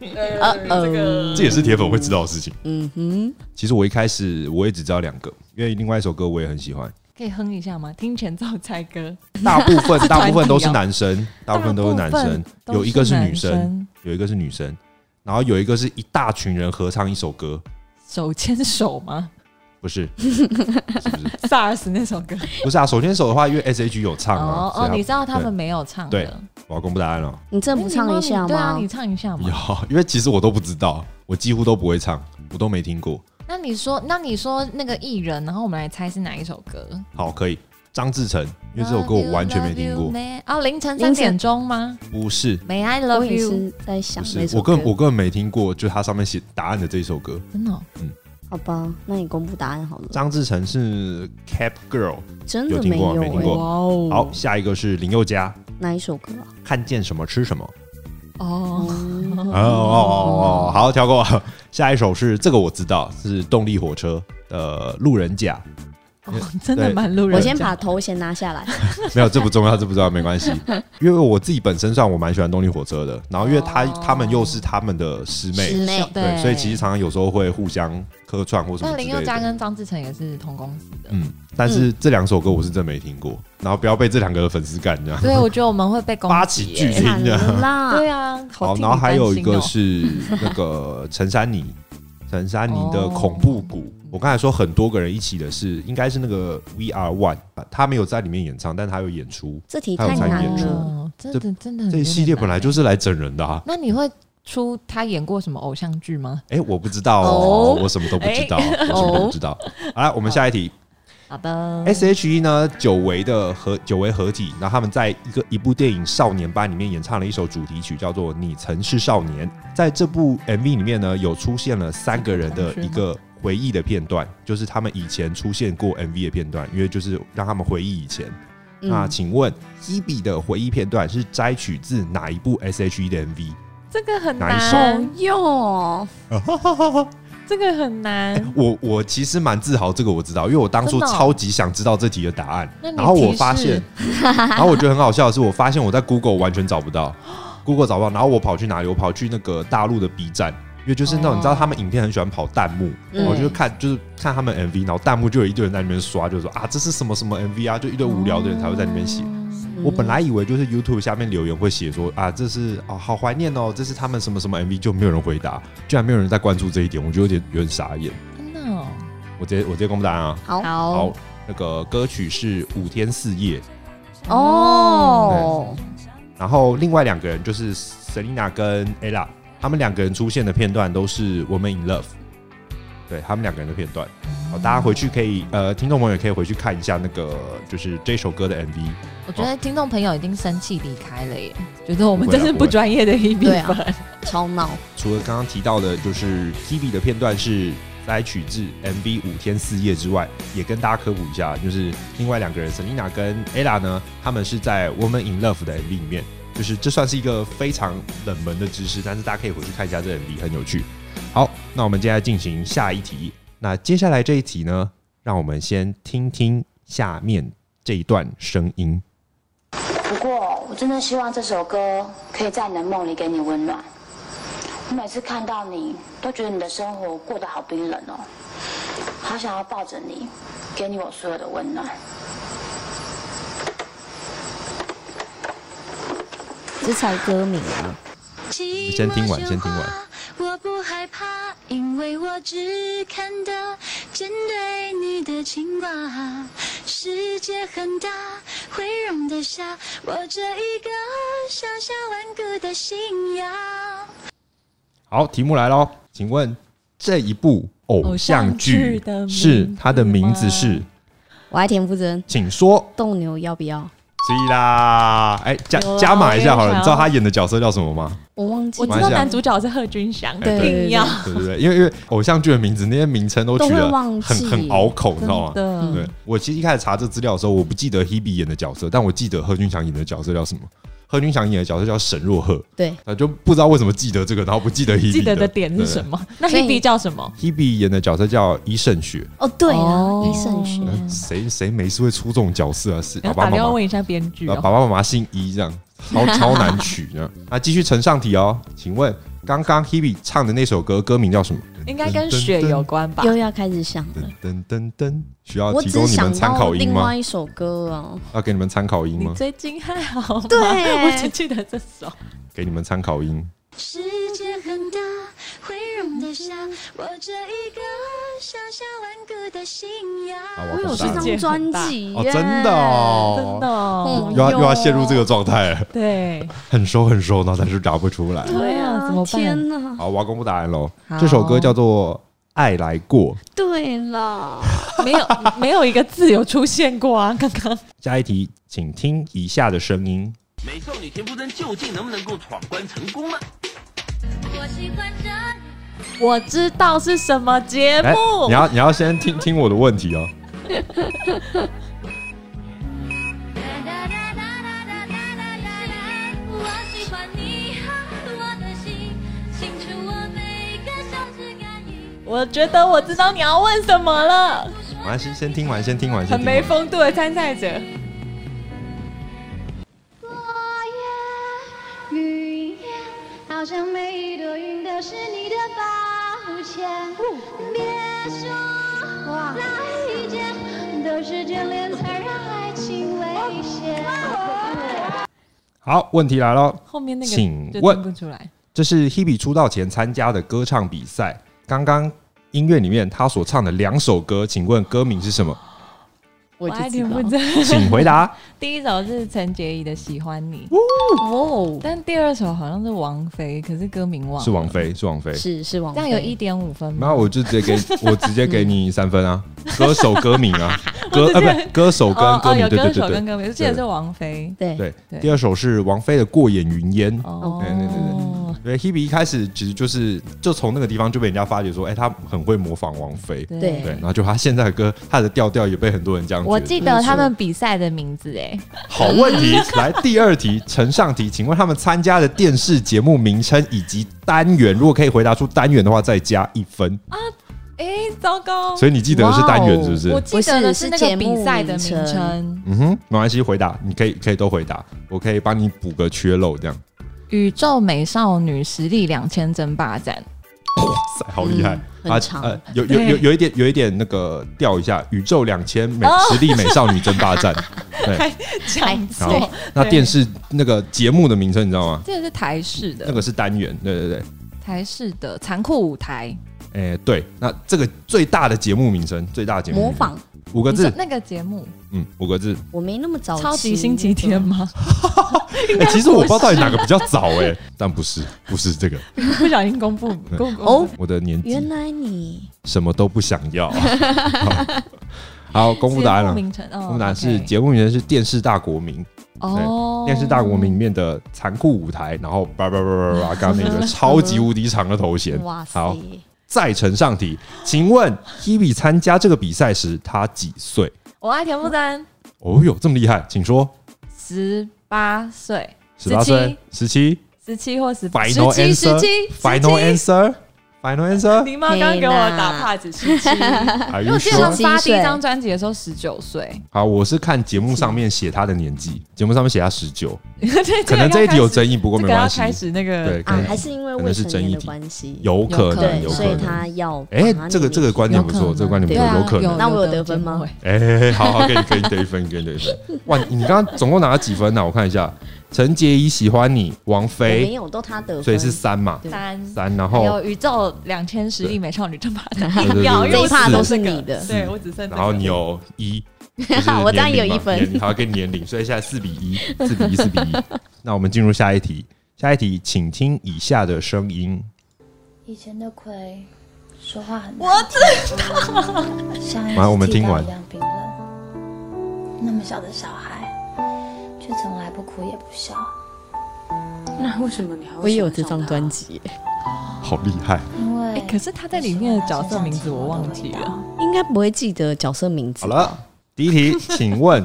B: 呃呃，
D: 这也是铁粉会知道的事情。
B: 嗯哼，
D: 其实我一开始我也只知道两个，因为另外一首歌我也很
C: *laughs*
D: 喜欢。
C: 可以哼一下吗？听前奏猜歌，
D: 大部分
C: 是团体哦
D: 大部分都是男生，大部分都是男
C: 大部
D: 生
C: 分，都
D: 有一个是女
C: 男
D: 生，
C: 生，
D: 有一个是女生，然后有一个是一大群人合唱一首歌，
C: 手牵手吗 *laughs*
D: 不是，是不是？
C: ？SARS 那首歌。
D: 不是啊，手牵手的话，因为 S H 有唱啊
C: 哦，哦，
D: 所以他
C: 你知道他们没有唱
D: 对
C: 的，
D: 我要公布答案了。 *laughs*
B: 你真的不唱一下
C: 你对啊，
B: 吗
C: 你？唱一下嘛。
D: 有，因为其实我都不知道，我几乎都不会唱，我都没听过。
C: 那你说，那你说那个艺人，然后我们来猜是哪一首歌？
D: 好，可以。张志成，因为这首歌我完全没听过
C: Love you, love，you, man 哦，凌晨三
B: 凌晨
C: 点钟吗
D: 不是，
C: ？May I
B: 我
C: love
B: 也
C: you？
B: 是在想
D: 不
B: 那
D: 是，
B: 首
D: 我
B: 歌
D: 根我根本没听过，就他上面写答案的这一首歌。
C: 真的哦，
B: 好吧，那你公布答案好了。
D: 张志成是 Cap Girl。
B: 真的
D: 有听
B: 没
D: 过
B: 有
D: 啊没听过啊
B: 欸，
C: 哦
D: 好，下一个是林宥嘉，
B: 哪一首歌啊？
D: 看见什么吃什么。
C: 哦，
B: 嗯
D: 哦哦哦，好，跳过。 *laughs* 下一首是这个我知道，是动力火车的《路人
C: *laughs*
D: 甲
C: 哦真的
D: *laughs* 对
C: 蛮路人甲。
B: 我先把头衔拿下
D: *laughs*
B: 来。》，
D: 没有，这不重要，这不重要，没关系。因为我自己本身算我蛮喜欢动力火车的，然后因为他
C: 哦
D: 他们又是他们的师妹，
B: 师妹
D: 对，所以其实常常有时候会互相客串或什么
C: 那
D: 之
C: 林宥
D: 类
C: 嘉
D: 的。
C: 跟张志成也是同公司的。
D: 嗯，但是这两首歌我是真没听过，然后不要被这两个的粉丝干这样。
C: 对，我觉得我们会被攻
D: 发
C: 击
D: 起
C: 耶
D: 拒绝
B: 惨
D: *laughs*
B: 啦，
C: 对啊，
D: 好，
C: 替
D: 然后
C: 你
D: 还
C: 担
D: 有一
C: 心
D: 个
C: 哦
D: 是那个陈珊妮， *laughs* 陈珊妮的恐怖谷。
C: 哦
D: 我刚才说很多个人一起的是，应该是那个 V R One，他没有在里面演唱，但他有演出。
B: 这题
D: 还有
B: 太
D: 参与
B: 难
D: 演出
B: 了。
C: 哦真的真的。
D: 这一系列本来就是是来整人的啊！
C: 那你会出他演过什么偶像剧吗？
D: 哎，我不知道哦
B: 哦，
D: 我什么都不知道，我什么都不知道。
C: 哦
D: 好了，我们下一题。
C: 好的
D: S H E 呢，久违的合久违合体，然后他们在一个一部电影《少年班》里面演唱了一首主题曲，叫做《你曾是少年》。在这部 M V 里面呢，有出现了三个人的一个回忆的片段，就是他们以前出现过 M V 的片段，因为就是让他们回忆以前。那
B: 嗯，
D: 请问 Hebe 的回忆片段是摘取自哪一部 S H E 的 M V？
C: 这个很
D: 哪一首
C: 难，
B: 哟，
C: 这个很难。
D: 我我其实蛮自豪，这个我知道，因为我当初
C: 真的哦
D: 超级想知道这题的答案，
C: 那你
D: 然后我
C: 提
D: 发现
C: *laughs* 示，
D: 然后我觉得很好笑的是，我发现我在 Google 完全找不到，Google 找不到，然后我跑去哪里？我跑去那个大陆的 B 站，因为就是那种、
C: 哦
D: 你知道他们影片很喜欢跑弹幕，
B: 嗯
D: 我就看就是看他们 MV，然后弹幕就有一堆人在那边刷，就说啊这是什么什么 MV 啊，就一堆无聊的人才会在里面
C: 嗯
D: 写。我本来以为就是 YouTube 下面留言会写说啊，这是啊好怀念哦，这是他们什么什么 MV，就没有人回答，居然没有人在关注这一点，我就有点有点傻眼。
C: 真的哦
D: 我直接我直接公布答案啊，
B: 好
D: 好
C: 好，
D: 那个歌曲是五天四夜，
B: 哦，
D: 嗯然后另外两个人就是 Selina 跟 Ella，他们两个人出现的片段都是《我们 in Love》，对他们两个人的片段。好，哦大家回去可以，呃，听众朋友也可以回去看一下那个，就是这首歌的 MV。
C: 我觉得听众朋友已经生气离开了耶，觉得我们
D: 哦不会
C: 真
D: 啊
C: 是
D: 不
C: 不
D: 会
C: 专业的一笔
B: 对啊
C: 粉。
B: 超闹，
D: 除了刚刚提到的，就是 Hebe 的片段是摘取自 MV《五天四夜》之外，也跟大家科普一下，就是另外两个人 Selina 跟 Ella 呢，他们是在《Woman in Love》的 MV 里面，就是这算是一个非常冷门的知识，但是大家可以回去看一下这 MV，很有趣。好，那我们接下来进行下一题。那接下来这一题呢，让我们先听听下面这一段声音。
E: 不过，我真的希望这首歌可以在你的梦里给你温暖。我每次看到你，都觉得你的生活过得好冰冷哦，好想要抱着你，给你我所有的温暖。
B: 这才歌名啊，啊
D: 先听完，先听完。
F: 我不害怕因为我只看到针对你的情话。世界很大，会容得下我这一个小小顽固的信仰。
D: 好，题目来喽，请问这一部偶像剧是它的名字是，
B: 我爱田馥甄，
D: 请说。
B: 斗牛要不要？
D: 是啦，哎、加
G: 有啊
D: 加码一下好
G: 我也
D: 了，
G: 想
D: 你知道他演的角色叫什么
G: *laughs*
D: 吗？
B: 我忘记
G: 我
B: 了，
G: 知道男主角是贺军翔，
D: 对
G: 一定要
D: 对对对，因为因为偶像剧的名字那些名称都取
B: 都
D: 得
B: 会忘记
D: 很很拗口，你知道吗？
G: 的
D: 对我其实一开始查这资料的时候，我不记得 Hebe 演的角色，但我记得贺军翔演的角色叫什么？贺军翔演的角色叫沈若鹤，
B: 对，
D: 啊，就不知道为什么记得这个，然后不记得 Hebe
G: 记得的点是什
D: 么
G: 么？那
B: 所以
G: Hebe 叫什么？
D: ？Hebe 演的角色叫伊胜雪，
B: 哦对啊，
G: 哦
B: 一胜学，
D: 呃谁谁没事会出这种角色啊？是
G: 然
D: 爸
G: 后打
D: 爸
G: 电
D: 妈
G: 话
D: 妈
G: 问，一下编剧
D: 然后
G: 哦。
D: 爸爸妈妈姓伊这样，
G: *laughs*
D: 超超难取这样。啊，继续呈上题哦，请问刚刚 Hebe 唱的那首歌歌名叫什么？
G: 应该跟雪有关吧？
B: 又要开始想了。
D: 噔噔噔噔，需要
B: 我
D: 提
B: 只
D: 供你们
B: 想
D: 参
B: 到
D: 考音
B: 另
D: 吗
B: 外？一首歌啊，
D: 要给你们参考音
G: 你
D: 吗？
G: 最近还好吗？
B: 对
G: 我只记得这首。
D: 给你们参考音。
F: 世界
D: 啊
F: 很大，会容得下我这一个小小顽固的信仰。
D: 啊，
B: 我
D: 我
B: 有
D: 好
B: 这
D: 大了
B: 张专辑
D: 哦，
B: 耶
D: 真的，
G: 真的
D: 哦，
G: 哦，
B: 嗯
D: 又要又要陷入这个状态了，
G: 对，
D: 很熟很熟，然后但是答不出
G: *laughs*
D: 来。
B: 对啊，
G: 怎么办
B: 天哪，
D: 好，我要公布答案喽
C: 好。
D: 这首歌叫做《爱来过》。
B: 对啦，
G: 没有没有一个字有出现过啊！刚刚
D: 下一题，请听以下的声音。
H: 美少女田馥甄究竟能不能够闯关成功呢？
F: 我喜欢这里。
G: 我知道是什么节
D: 哎，
G: 目
D: 你，要你要先听听我的问题哦。
F: 我喜欢你和我的心，清楚我每个小指感应。
G: 我觉得我知道你要问什么了。
D: 没关系，先听完，先听完，先
G: 很
D: 听
G: 没
D: 完。
G: 风度的参赛者，
F: 落叶、云烟，好像每一朵云都是你的抱歉。别说再见，都是眷恋才让爱情危险。
D: 好，问题来了。
G: 后面那个
D: 请
G: 就
D: 问
G: 听不出来。
D: 这是 Hebe 出道前参加的歌唱比赛。刚刚音乐里面他所唱的两首歌，请问歌名是什
C: *laughs*
D: 么？
B: 我
G: 爱
B: 就
G: 听
B: 知
G: 不
B: 道
G: 真。
D: 请回答。
C: 第一首是陈洁仪的《喜欢你》，
B: 哦，
C: 但第二首好像是王菲，可是歌名忘了。
D: 是王菲，是王菲。
B: 是是王
C: 这
B: 菲，
C: 样有一点五分
D: 然
C: 吗？
D: 后我就直接
C: *laughs*
D: 给我直接给你三分啊，歌手歌名啊，歌啊不是歌手跟
C: 哦
D: 歌
C: 哦，有
D: 名，对
C: 歌
D: 对
C: 手
D: 对
C: 跟
D: 对
C: 歌名，我记得是王菲。
B: 对
D: 对
C: 对
D: 第二首是王菲的《过眼云烟》。
C: 哦
D: 对对对对，Hebe 一开始其实就是就从那个地方就被人家发觉说，哎，她很会模仿王菲。
C: 对
B: 对
D: 对，然后就她现在的歌，她的调调也被很多人这样觉得。
C: 我记得他们比赛的名字哎，
D: 好问题，来第二题，呈上题，请问他们参加的电视节目名称以及单元，如果可以回答出单元的话，再加一分。
C: 哎，糟糕！
D: 所以你记得的是单元是不是？
C: 我记得的
B: 不是是
C: 那个
B: 节
C: 比
B: 目
C: 赛
B: 名
C: 的名
B: 称
C: 称，
D: 嗯哼，没关系，回答，你可以可以都回答，我可以帮你补个缺漏，这样。 *laughs*
C: 宇宙美少女实力两千争霸战， *laughs*
D: 哇塞，好厉害！
B: 嗯很长
D: 呃，有有有有一点有一点那个调一下，宇宙两千 *laughs* 美实力美少女争霸战。
G: 讲
D: 好
G: 错，，
D: 那电视那个节目的名称你知道吗？
C: 哎这个是台式
D: 那
C: 的，
D: 个是单元，对对对。
C: 台式的残酷舞台，
D: 哎、对，那这个最大的节目名称，最大的节目
B: 模
D: 名称
B: 仿，
D: 五个
C: 你说
D: 字，
C: 那个节目
D: 嗯，五个字。
B: 我没那么早
C: 《
B: 期，
C: 超级星期天》吗？
D: 哎、其实我不知道到底哪个比较早哎、但不是，不是这个。
G: *laughs* 不小心公布
D: *laughs* 对
G: 公布
B: 哦，
D: 我的年纪
B: 原来你
D: 什么都不想要。啊好，好公布答案
C: 节目
D: 了。
C: 名称，哦
D: 公布答案是
C: OK
D: 节目名称是《电视大国民》
C: 哦，
D: 电视大国民》里面的残酷舞台，然后叭叭叭叭叭，刚刚那个超级无敌长的头衔。
B: 哇塞，啊
D: 好，再呈上题，请问 Hebe 参加这个比赛时他几岁？
C: 我爱田馥甄，
D: 哦哟，这么厉害，请说。
C: 十八岁，
D: 十八岁，十七
C: 十七或十八，十
D: ，final
C: 七，十
D: answer，final
C: 七，十七。
D: answer，final
C: *laughs*
D: answer，
G: 狸猫刚刚给我打 pass 十七，
D: Are
C: 因为
D: you
C: 我记得他
D: sure？
C: 们发第一张专辑的时候十九岁，
D: 好，我是看节目上面写他的年纪，节目上面写他十九，可
G: 可
D: 能这一题有争议，不过
G: 这
D: 没
G: 个要
D: 关
G: 开
D: 系，
G: 始那个
D: 对，可
B: 啊，
D: 能
B: 还是因为
D: 可
B: 未
D: 能是
B: 成
D: 争
B: 年
D: 议
B: 的
D: 题，
B: 关系，
D: 有可能，
B: 对，
D: 有
B: 所
D: 可
B: 以
D: 能。
B: 他要
D: 哎
B: 把，
D: 这个这个观点不错，这个观点不
B: 对
D: 错，
B: 啊
D: 有可能。
B: 那我有得分吗？
D: 哎，好好，给你给你得一分，给你得一分。哇，你刚刚总共拿了几分呢？我看一下，陈洁仪喜欢你，王
B: 我没
D: 菲，
B: 有都他得分，
D: 所以是三嘛，
B: 对
C: 三
D: 三，然
C: 还
D: 后
C: 有宇宙两千十亿美少女争霸
G: *laughs*
D: 对对
C: 战，
D: 对
C: 秒
D: 对
B: 这
C: 入
B: 一趴
D: 四
B: 都是你的，
G: 对我只剩这个
D: 然后你有一，就是
B: 我当然
D: 年龄嘛
B: 有一分
D: 年龄好跟年龄，所以现在四比一，四比一，四比一。那我们进入下一题，下一题，请听以下的声音。
E: 以前的葵说话很
G: 我
E: 知道，像一
D: 完我们
E: 只鸡
D: 听
E: 蛋
D: 完
E: 一样冰冷。那么小的小孩，却从来不哭也不笑。
I: 那为什么你还会
B: 我也有
I: 喜
B: 这
I: 欢上他
B: 张专辑，
D: 好厉害！
E: 因为、
C: 哎可是他在里面的角色名字我忘记了。
B: 应该不会记得角色名字
D: 好。了，第一题，请问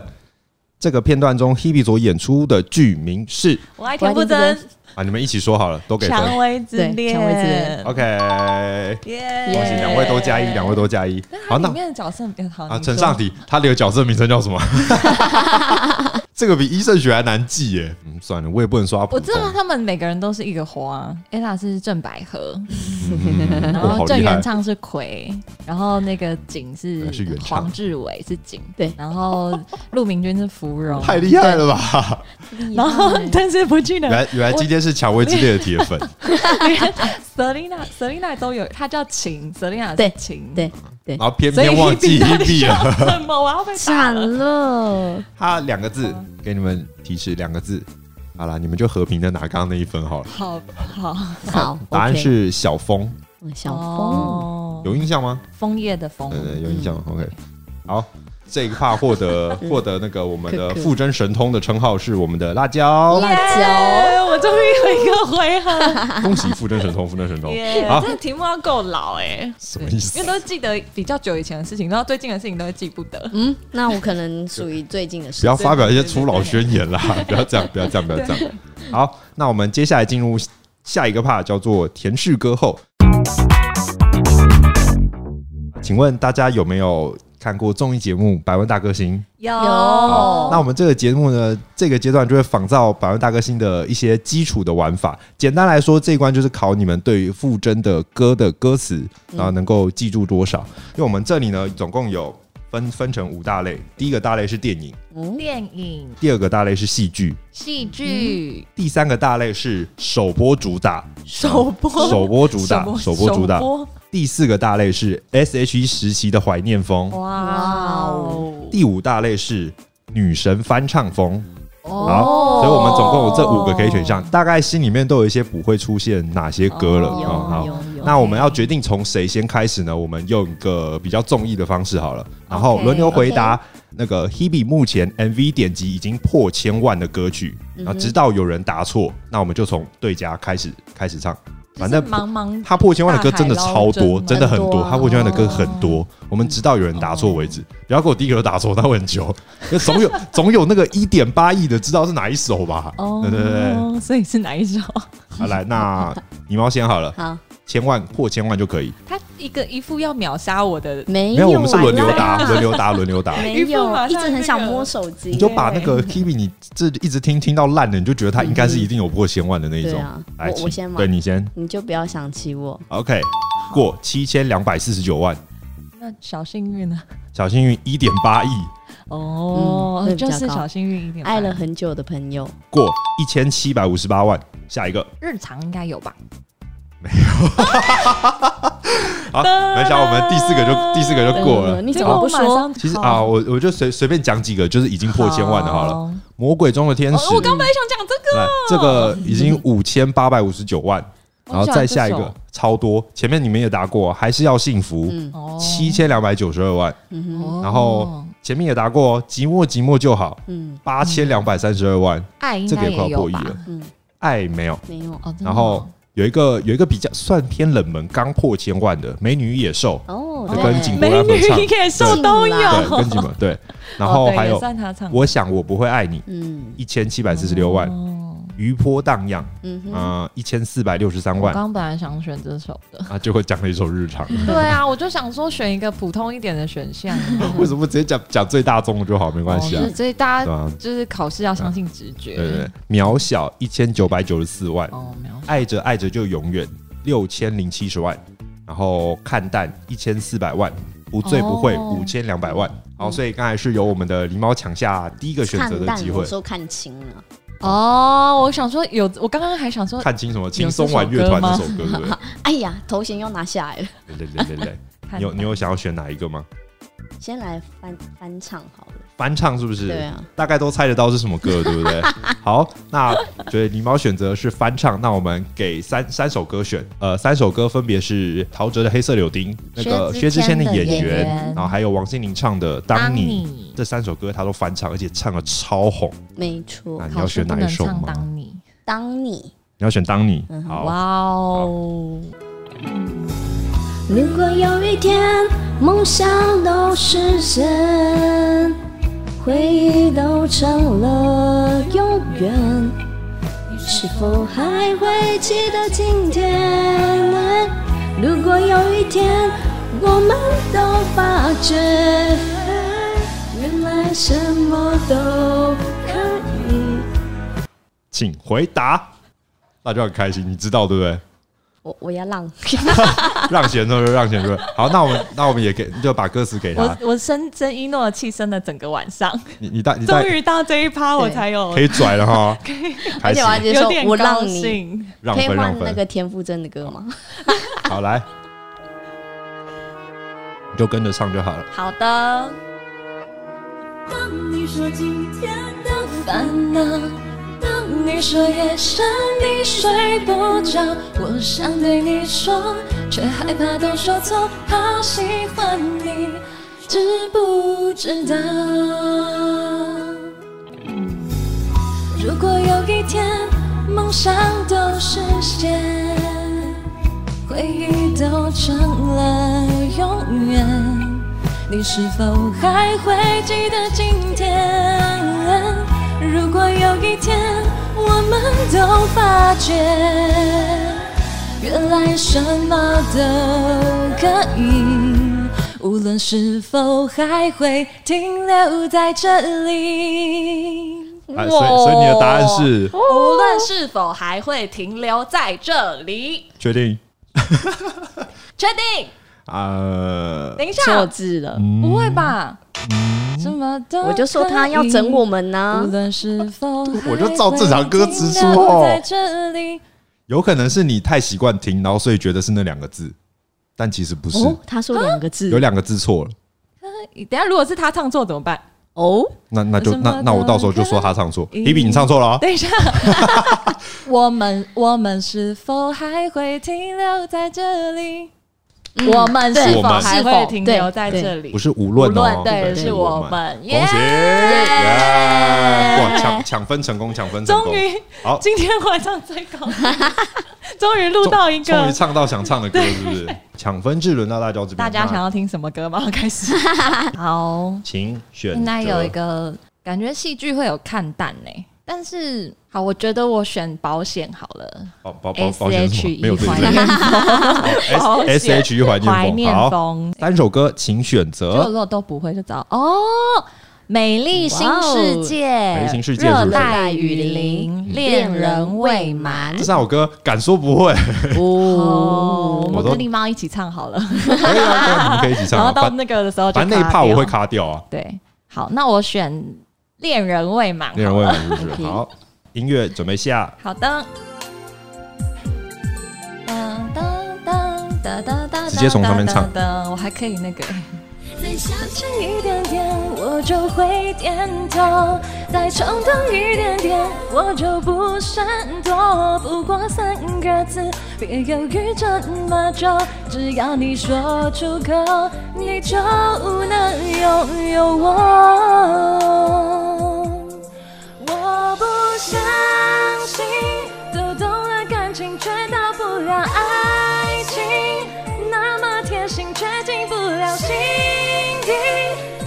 D: 这个片段中 Hebe 所演出的剧名是
C: 我爱田馥甄，
D: 啊？你们一起说好了，都给分。
C: 蔷薇之
B: 对
C: 恋，
B: 蔷薇之恋
D: OK，恭
C: 耶！
D: 喜两位都加一，两位都加一。好，
C: 它
D: 那
C: 里面的角色比较好
D: 啊，陈尚，体他的角色名称叫什么？这个比医生学还难记耶。嗯，算了，我也不能说他普
C: 我知
D: 通。
C: 道他们每个人都是一个花，ella 是郑百合，
D: 嗯
C: 然
D: 哇好
C: 后郑
D: 厉害
C: 元！畅是葵，然后那个景是
D: 是元畅
C: 黄志伟是景，
B: 对
C: 然后陆明君是芙蓉，
D: 太厉害了吧！
C: 然后但是不记
D: 原
C: *laughs* 得
D: 来原来今天是蔷薇之恋的铁
C: *laughs*
D: 粉，
C: Selina Selina 都有，她叫晴，Selina
B: 对
C: 是晴，
B: 对，
D: 然后偏
C: 所以
D: 偏忘记
C: Hebe 到底
D: Hebe
C: 叫
D: 了。
C: 什么？我要被打
B: 惨
C: 了。
B: 了，
D: *laughs* 他两个字，给你们提示两个字。好啦，你们就和平的拿刚刚那一分好了。
C: 好好，
B: 好，
D: 答案
B: OK
D: 是小风，
B: 嗯小峰，
C: 哦
D: 有印象吗？
C: 枫叶的枫，
D: 对对，有印象。OK，好，这一趴获
C: *laughs*
D: 得获得那个我们的
B: 可可
D: 傅真神通的称号是我们的辣
C: 哦
D: 椒，
B: 辣椒，
C: 哎，我终于有一个回合了。
D: 恭喜傅真神通，傅真神通，
C: *laughs* 耶
D: 好
C: 这个题目要够老哎，
D: 什么意思
C: 因为？都记得比较久以前的事情，然后最近的事情都会记不得。
B: 嗯，那我可能属于最近的
D: 不
B: 事
D: 要。发表一些初老宣言啦！不要这样，不要这样，不要这样。好，那我们接下来进入下一个 part，叫做填序歌后。请问大家有没有看过综艺节目《百万大歌星》？
C: 有
D: 好，那我们这个节目呢，这个阶段就会仿照《百万大歌星》的一些基础的玩法。简单来说，这一关就是考你们对于傅征的歌的歌词，然后能够记住多少。因为我们这里呢，总共有分分成五大类，第一个大类是电影，
C: 电影、
D: 第二个大类是戏剧，
C: 戏剧、
D: 第三个大类是首播主打，
C: 嗯
G: 首
C: *laughs*
G: 播
D: 首播主
G: 什
D: 打，
G: 么
D: 首播主打
G: 首。播
D: 第四个大类是 S.H.E 时期的怀念风，
C: 哦哇哦，
D: 第五大类是女神翻唱风。
C: 哦
D: 好，所以我们总共有这五个可以选项，大概心里面都有一些不会出现哪些歌了。
C: 哦
D: 嗯
B: 有
D: 好，
B: 有有，
D: 那我们要决定从谁先开始呢？我们用一个比较中意的方式好了，然后轮流回答那个 Hebe 目前 MV 点击已经破千万的歌曲，
C: 嗯
D: 然后直到有人答错，那我们就从对家开始开始唱，反正
C: 就是茫茫
D: 他破千万的歌真的超
C: 大海捞
D: 多，
C: 针
D: 真的很
B: 很
D: 多
B: 多啊。
D: 他破千万的歌很
C: 哦
D: 多，我们直到有人答错为止。不要给我第一个就答错，那会很久。 *laughs* 因为总有总有那个一点八亿的知道是哪一首吧？
C: 哦，
D: 对对对。
C: 所以是哪一首？
D: 好，来，那你猫先好了，
B: 好，
D: 千万破千万就可以。
C: 他一个一副要秒杀我的，
B: 没啊
D: 没有，我们是轮流
B: 啦，
D: 答，轮流答， *laughs* 轮流答。
B: 没
C: 一副马
B: 有，
C: 上
B: 一直很想
C: 那个
B: 摸手机，
D: 你就把那个 Kimi 你这一直听听到烂的，你就觉得他应该是一定有破千万的那一种
B: 对啊。
D: 来，
B: 我
D: 请
B: 我先吗
D: 对你先。
B: 你就不要想起我。
D: OK，过七千两百四十九万，
C: 那小幸运呢？
D: 小幸运一点八亿，
C: 哦
B: 嗯，会比较
C: 就是
B: 高
C: 小幸运一点吧，
B: 爱了很久的朋友，
D: 过一千七百五十八万。下一个，
C: 日常应该有吧？
D: 好，没想到我们第四个就第四个就过了。
B: 嗯你怎么不
C: 这个我马
B: 说
C: 上？
D: 其实啊，我我就随随便讲几个，就是已经破千万的好了。
C: 哦
D: 魔鬼中的天
B: 哦
D: 使，
C: 我刚本来想讲这个，
D: 来这个已
C: *laughs*
D: 经五千八百五十九万，然后再下一
C: 我喜
D: 个
C: 欢
D: 超多，前面你们也答过，还是要幸福，
B: 嗯
C: 哦
D: 七千两百九十二万，
C: 哦
D: 然后前面也答过，哦寂寞寂寞就好，
B: 嗯
D: 八千两百三十二万，
C: 爱应
D: 这个
C: 该
D: 也快
C: 也
D: 要破
C: 有
D: 亿
C: 吧？
D: 了，
B: 嗯，
D: 爱没有，
B: 没有
C: 哦，真的
D: 然后有一个有一个比较算偏冷门，刚破千万的《美女与野兽》。
B: 哦，
D: 这
B: 对
D: 跟景
C: 美
D: 柏拉合唱
C: 女野兽都
B: 对
D: 对，
C: 有，
D: 跟几本
C: *laughs*
D: 对，然后
C: 哦哦对
D: 还有
C: 也算他唱
D: 我想我不会爱你，
B: 嗯
D: 一千七百四十六万，
C: 哦
D: 余波荡漾，
B: 嗯哼，
D: 啊，一千四百六十三
C: 我
D: 万
C: 刚本来想选这首的，
D: 啊，结果讲了一首日常，
C: *laughs* 对啊，我就想说选一个普通一点的
D: *laughs*
C: 选项，
D: 为什么不直接讲讲最大宗的就好？没关系啊
C: 哦是，所以大
D: 对
C: 家
D: 吧？
C: 就是考试要相信直觉，
D: 对对对，渺小一千九百九十四万，
C: 哦，没有，
D: 爱着爱着就永远六千零七十万，然后看淡一千四百万，不醉不会
C: 哦
D: 五千两百万。好，所以刚才是由我们的狸猫抢下第一个选择
B: 看
D: 的
B: 淡
D: 机
B: 我
D: 会，
B: 说看清了，
J: 哦，我想说有，我刚刚还想说，
D: 看清什么轻松玩乐团这首歌，对不
B: 哎呀，头衔又拿下来了，
D: 对？来来来来，你有你有想要选哪一个吗？
B: 先来翻翻唱好了。
D: 翻唱是不是？
B: 对啊，
D: 大概都猜得到是什么歌，对不对？ *laughs* 好，那所以狸猫选择是翻唱，那我们给三三首歌选，呃，三首歌分别是陶喆的《黑色柳丁》，那个
C: 薛
D: 薛
C: 之
D: 之
C: 谦
D: 谦
C: 的
D: 的演
C: 演
D: 员
C: 员，
D: 然后还有王心凌唱的《当
C: 当
D: 你》
C: 你
D: 这三首歌，他都翻唱，而且唱的超红。
B: 没错
D: 那，你
C: 考
D: 要
C: 试
D: 选
C: 不
D: 哪一
C: 能
D: 首
C: 唱
D: 吗？
C: 当你，
B: 当你
D: 你要选《当你》好，
C: 哇哦，
G: 如果有一天梦想都实现，回忆都成了永远，是否还会记得今天？如果有一天我们都发觉，原来什么都可以。
D: 请回答。大家很开心，你知道对不对？ *laughs*
B: 我我要让，
D: 让贤对不对？让贤对不对。好，那我们那我们也给就把歌词给他
J: 我。我生生一诺气生了整个晚上，
D: 你你带你
C: *laughs*
J: 终
D: 带
J: 于到这一趴我
B: 对
J: 才有
D: 可以拽了哈，开
B: 而
D: 始
B: 且我还接
J: 有
B: 受
J: 点
B: 我
J: 高
B: 让你，
J: 兴。
D: 让
B: 可以
D: 分
B: 换
D: 让
B: 那
D: 分。
B: 个田馥甄的歌 *laughs*
C: 哦
B: 吗？
D: *laughs* 好，来，你就跟着唱就好了。
C: 好的，
G: 当你说今天的烦恼，当你说夜深你睡不着，我想对你说，却害怕都说错。好喜欢你，知不知道？如果有一天梦想都实现，回忆都成了永远。你是否还会记得今天？如果有一天我们都发觉，原来什么都可以，无论是否还会停留在这里。
D: 啊，所以所以你的答案是
C: 无论是否还会停留在这里，
J: *laughs*
D: 确定
C: 确定？
D: 啊、呃
C: 等一
B: 错
C: 下，
B: 字了，
C: 不会吧？
D: 嗯
C: 什么都
B: 我就说他要整我们呢
C: 嗯
G: 无。论是否还
D: 我就照正常歌词说哦
G: 会停留在这里。
D: 有可能是你太习惯听，然后所以觉得是那两个字，但其实不是，
B: 哦，他说两个
D: 有
B: 字
D: 两个字错了。
J: 等一下如果是他唱错怎么办？
B: 哦，
D: 那那就
J: 什么啊
D: 那那我到时候就说他唱错，皮皮你唱错了、啊，
J: 等一
D: *laughs*
C: *laughs*
J: 下，
G: 我们我们是否还会停留在这里？
J: 我们
B: 对
J: 是否
D: 我们
J: 还
B: 是
J: 会
B: 否
J: 停
B: 对
J: 留在
B: 对
J: 这里
D: 不？是无论
J: 无
D: 哦
J: 论，对
D: 不
J: 是我们
D: 恭喜！
J: 耶
D: 哇，抢抢分成功，抢分成功
J: 终于，
D: 好，
C: *laughs*
J: 今天晚上最
B: *laughs*
J: 高，终于录到一
D: 终于
J: 个。
D: 唱到想唱的歌，是不是？抢分制轮到大家这边，
J: 大家想
D: 那
J: 要听什么歌吗？
C: *laughs*
J: 开
B: *laughs*
J: 始。
C: 好，
D: 请选择，
C: 应该有一个感觉戏剧会有看淡呢、但是好，我觉得我选保险好了。
D: 保保保
C: S
D: 保险是什么
C: H E
D: 没有这
C: 怀
D: 个
C: 念
D: *laughs* S S H E 怀
C: 怀
D: 念
C: 念
D: 风好，
C: 风，
D: 三首歌请选
C: 就如
D: 择，
C: 果都不会就找哦。美丽新
B: 哦
C: 世界，
D: 美丽新世界嗯
C: 热
D: 是不是
C: 带雨林，恋人未满
D: 这。三首歌敢说不会，
C: 哦，
D: 我
C: 我
D: 都
C: 跟狸猫一起
D: *laughs*
C: 唱好了，
D: 可以啊，可以啊你们可以一起
J: 然
D: 唱
J: 后
D: 啊，
J: 到
D: 反
J: 那个的时候就
D: 反正那一
J: 卡
D: 趴我
J: 掉
D: 会卡掉啊，
C: 对，好，那我选恋人未满。
D: 恋人未满是不是？
B: OK
D: 好，音乐准备下，
C: 好的。
D: 直接从上面唱。
C: 我还可以那个，
G: 再相信一点点，我就会点头；再冲动一点点，我就不闪躲。不过三个字，别犹豫这么久，只要你说出口，你就能拥有我。我不相信，都懂了感情，却到不了爱情。那么贴心，却进不了心底。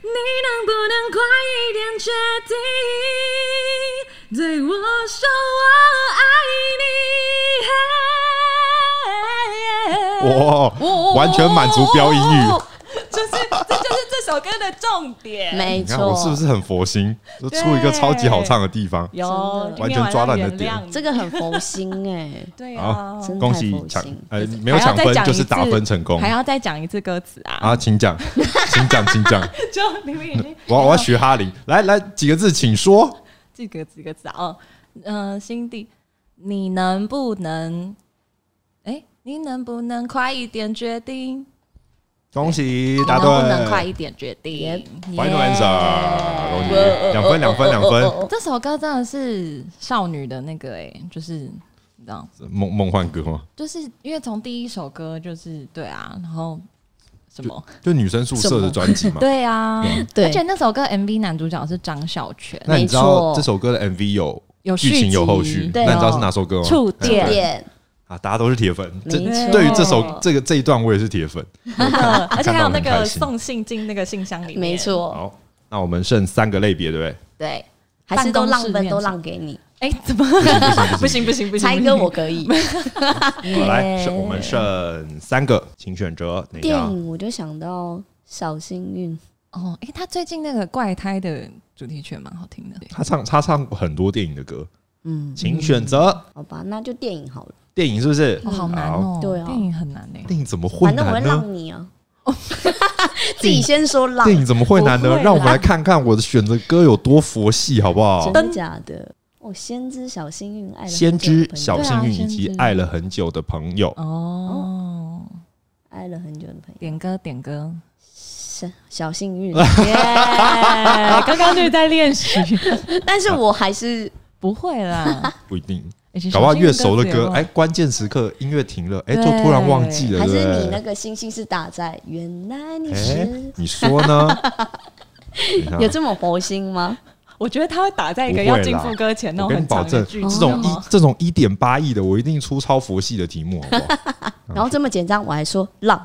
G: 你能不能快一点决定，对我说我爱
C: 哎
G: 你？
D: 哇，完全满足标音域，
J: 就是这就是这首歌的重点。
B: 没
D: 哎你看我
B: 错，
D: 是不是很佛心？就出一个超级好唱的地方，
J: 有
B: 真的
J: 今天晚上
D: 完全抓到你的
J: 原
D: 点
J: 谅你
B: 这个很佛心哎，
J: 对啊，
B: 真的
D: 恭
B: 太
D: 喜
B: 佛
D: 抢
B: 心，
D: 呃没有抢
J: 还要再
D: 分
J: 讲一
D: 就是打
J: 次
D: 分成功
J: 还要再讲一次歌词啊！
D: 啊，请讲， *laughs* 请讲，请讲，
J: 就你们已经
D: 我我要学哈林，来来几个字，请说。
J: 这个几个字啊，哦，
C: 嗯、心地，你能不能？哎、你能不能快一点决定？
D: 恭喜
C: 你
D: 答
C: 能
D: 对，
C: 不能快一点决定？
D: Final answer，恭喜
B: 哦
D: 两分两分两分，
C: 这首歌真的是少女的那个哎、就是你知道，
D: 梦梦幻歌吗？
C: 就是因为从第一首歌就是对啊，然后什么
D: 就女生宿舍的专辑嘛。
C: 对啊，
B: *laughs* 对
C: 而且那首歌 MV 男主角是张孝全，
D: 那你知道
B: 没错
D: 这首歌的 MV 有
C: 有
D: 剧情
C: 集
D: 有后续，
C: 对哦
D: 那你知道是哪首歌吗？
C: 触电
B: 点
D: 啊，大家都是铁粉。这
B: 没错
D: 对于这首这个这一段，我也是铁粉。
C: 呃 *laughs* 而且还有那
D: 看到很开
C: 个
D: 心
C: 送信进那个信箱里面，
B: 没，错，
D: 好，那我们剩三个类别，对不对？
C: 对。
B: 还是都
C: 办公
B: 让
C: 室
B: 分
C: 面
B: 都
C: 试
B: 让给你，
C: 哎、怎么 *laughs* 不行不行不行？
B: 猜歌我可以。
D: 好，来， *laughs* 剩我啊们剩三个，请选择哪一
B: 哎电
D: 样？
B: 影我就想到《小幸运》，
C: 哦，哎、他最近那个怪胎的主题曲蛮好听的，
D: 他唱他唱过很多电影的歌，
B: 嗯，
D: 请选择
B: 好吧，那就电影好了，
D: 电影，是不是？
C: 哦、好难
D: 好。
C: 哦，
B: 对啊
C: 电影很难哎、
D: 电影怎么会
B: 嗯反正我会
D: 难呢？
B: 让你啊， *laughs* 自己先说让，
D: 电影怎么会难
C: 不
D: 呢
C: 会？啦
D: 让我们来看看我的选择歌有多佛系，好不好
B: 真？的假的？哦，先知小幸运爱了很久的
D: 先知、
B: 朋友
D: 小幸运
C: 对啊
D: 以及
C: 先知
D: 爱了很久的朋友，
B: 嗯
C: 哦，
B: 爱了很久的朋友，
C: 点歌点歌，
B: 小小幸运。
C: *laughs*
G: 哎刚刚就是在练习，
B: 但是我还是
C: 不会啦，
D: 不一定，
C: 哎其实
D: 搞不好越熟的
C: 小幸运
D: 歌，
C: 有
D: 哎，关键时刻音乐停了，哎，就
C: 对
D: 突然忘记了，
B: 还是
D: 对不对
B: 你那个星星是打在原来你
D: 哎
B: 是，
D: 你说
B: *laughs*
D: 呢？
C: 啊
D: 等一
B: 有
D: 下
B: 这么佛心吗？
G: 我觉得他会打在一个
D: 不会
G: 要
D: 啦
G: 进副歌前那
D: 我跟
G: 种
D: 你
G: 很
D: 保
G: 长的
D: 证，
G: 句
D: 这
G: 子
D: 种一
G: 哦
D: 这种一点八亿的，我一定出超佛系的题目，好不好？
B: 然后这么简单，我还说让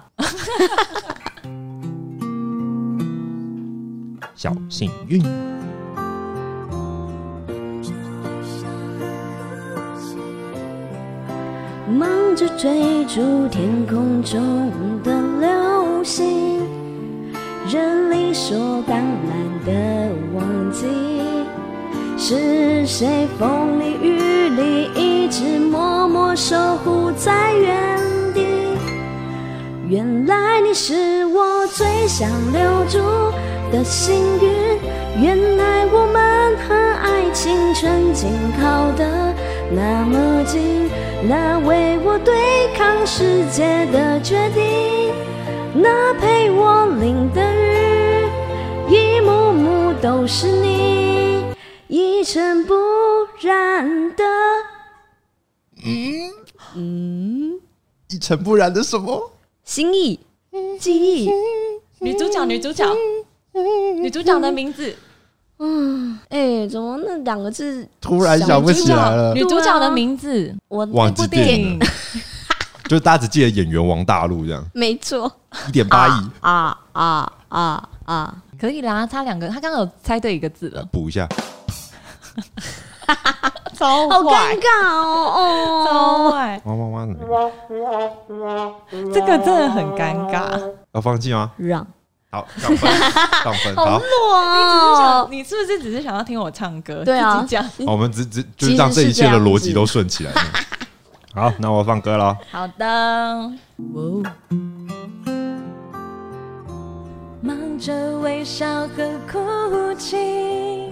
D: 小幸运，
B: 忙着追逐天空中的流星，人理所当然的忘记是谁风里雨里一直默默守护在原地。原来你是我最想留住的幸运，原来我们和爱情曾经靠得那么近，那为我对抗世界的决定，那陪我淋的雨，一幕幕都是你，一尘不染的。
D: 一尘不染的什么？
B: 心意，记忆，
G: 女主角女主角女主角的名字，
B: 哎、怎么那两个字
D: 突然想不起来了
C: 女，主角的名字，
B: 我
D: 忘记电影了， *laughs* 就大家只记得演员王大陆这样，
B: 没错
D: 一点八亿，
B: 啊啊啊啊！
C: 可以啦，差两个，他刚刚有猜对一个字了，
D: 补一下。
G: 超
B: 好
G: 坏
B: 尴尬哦
G: 超
B: 哦！
G: 坏，
D: 汪汪汪的，
G: 这个真的很尴尬。
D: 要放弃吗？
B: 让
D: 好，杠分，杠分。好，
C: 哦
B: 哇，
G: 你是不是只是想要听我唱歌？
B: 对啊
G: 自己讲
D: 我们只只就
B: 其
D: 是
B: 实
D: 让这一
B: 是
D: 切的
B: 这样
D: 逻
B: 子
D: 辑都顺起来了。好，那我放歌了。
C: 好的。忙着微笑和哭泣，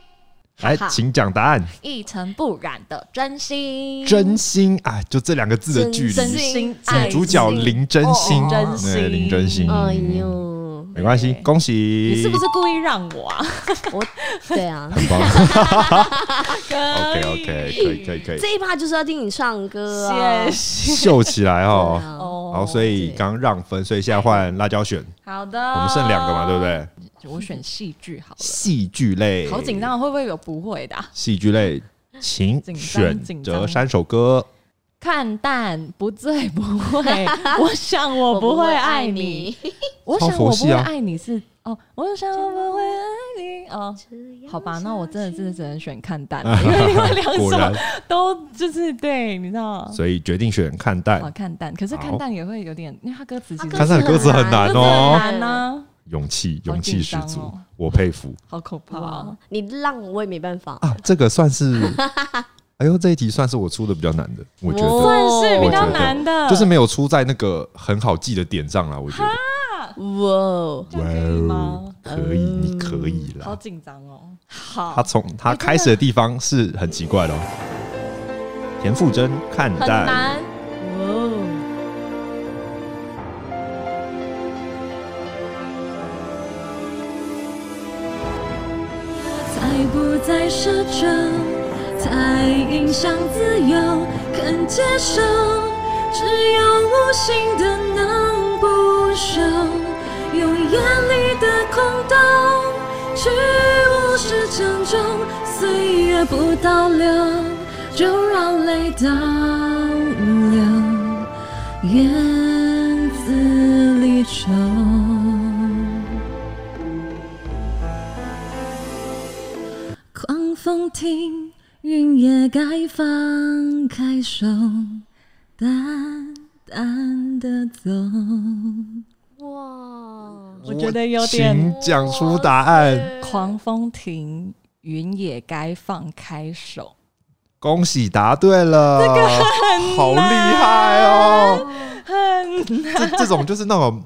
D: 来，请讲答案。
C: 一尘不染的真心
D: 真心啊，就这两个字的距
C: 真
D: 离。
C: 心爱
D: 女主角林真心，
G: 真心
D: 对林真心，
B: 哎呦，
D: 没关系，恭喜。
G: 你是不是故意让我啊？
B: 我对啊，
D: 很棒
G: OK
D: ？OK OK，可以可以可以，
B: 这一趴就是要听你唱歌啊
G: 谢。谢。
D: 秀起来
B: 对 *laughs*
D: 哦。
B: 啊
G: 哦
D: 好，所以刚让分，所以现在换辣椒选，
C: 好的，
D: 我们剩两个嘛，对不？对？
C: 我选戏剧好了，
D: 戏剧类，
G: 好紧，张，会不会有不会的啊、
D: 戏剧类请
C: 紧张
D: 选
C: 紧
D: 择
C: 张
D: 三首歌。
C: 看淡不醉不 *laughs* 会，我想我不会爱你，，我
D: 超
C: 想
D: 佛
C: 我不
D: 系
C: 会
D: 啊
C: 爱你是哦，我想我不会爱你哦。好吧，那我真的是只能选看
D: *laughs*
C: 淡了，因为另外
D: 果
C: 两
D: 然
C: *laughs* 首，都就是对，你知道，
D: 所以决定选看淡
C: 好。看淡，可是看
D: 好
C: 淡也会有点，因为它歌词其实
D: 看淡的歌词很难
C: 真的很
D: 哦，
C: 难啊呢，
D: 勇气，
C: 好
D: 勇气
C: 紧
D: 十
C: 张
D: 足
C: 哦，
D: 我佩服
C: 好可怕
B: 哇
C: 哦。，
B: 你让我也没办法，
D: 啊！这个算是，哎呦，这一题算是我出的比较难的，我觉得。
C: 算是比
D: 我
C: 较
D: 觉得
C: 难的，
D: 就是没有出在那个很好记的点上啦，我觉得。
B: 哇哦，
C: 这样可以
F: 哦
C: 吗？
D: 可以，你可以
C: 好
D: 啦。
C: 紧张哦。
D: 他
C: 好，
D: 从他开始的地方是很奇怪的、哦。田馥甄看
C: 很
D: 淡，
C: 难，
B: 哇哦，
F: 在不再奢求，才影响自由，肯接受，只有无形的能不朽，用眼里的空洞去无视珍重，岁月不倒流，就让泪倒流，院子里愁。狂风停，云也该放开手，淡淡的走。
B: 哇，
C: 我觉得有点
D: 请讲出答案。
C: 狂风停，云也该放开手。
D: 恭喜答对了，这个好厉害哦！这这种就是那种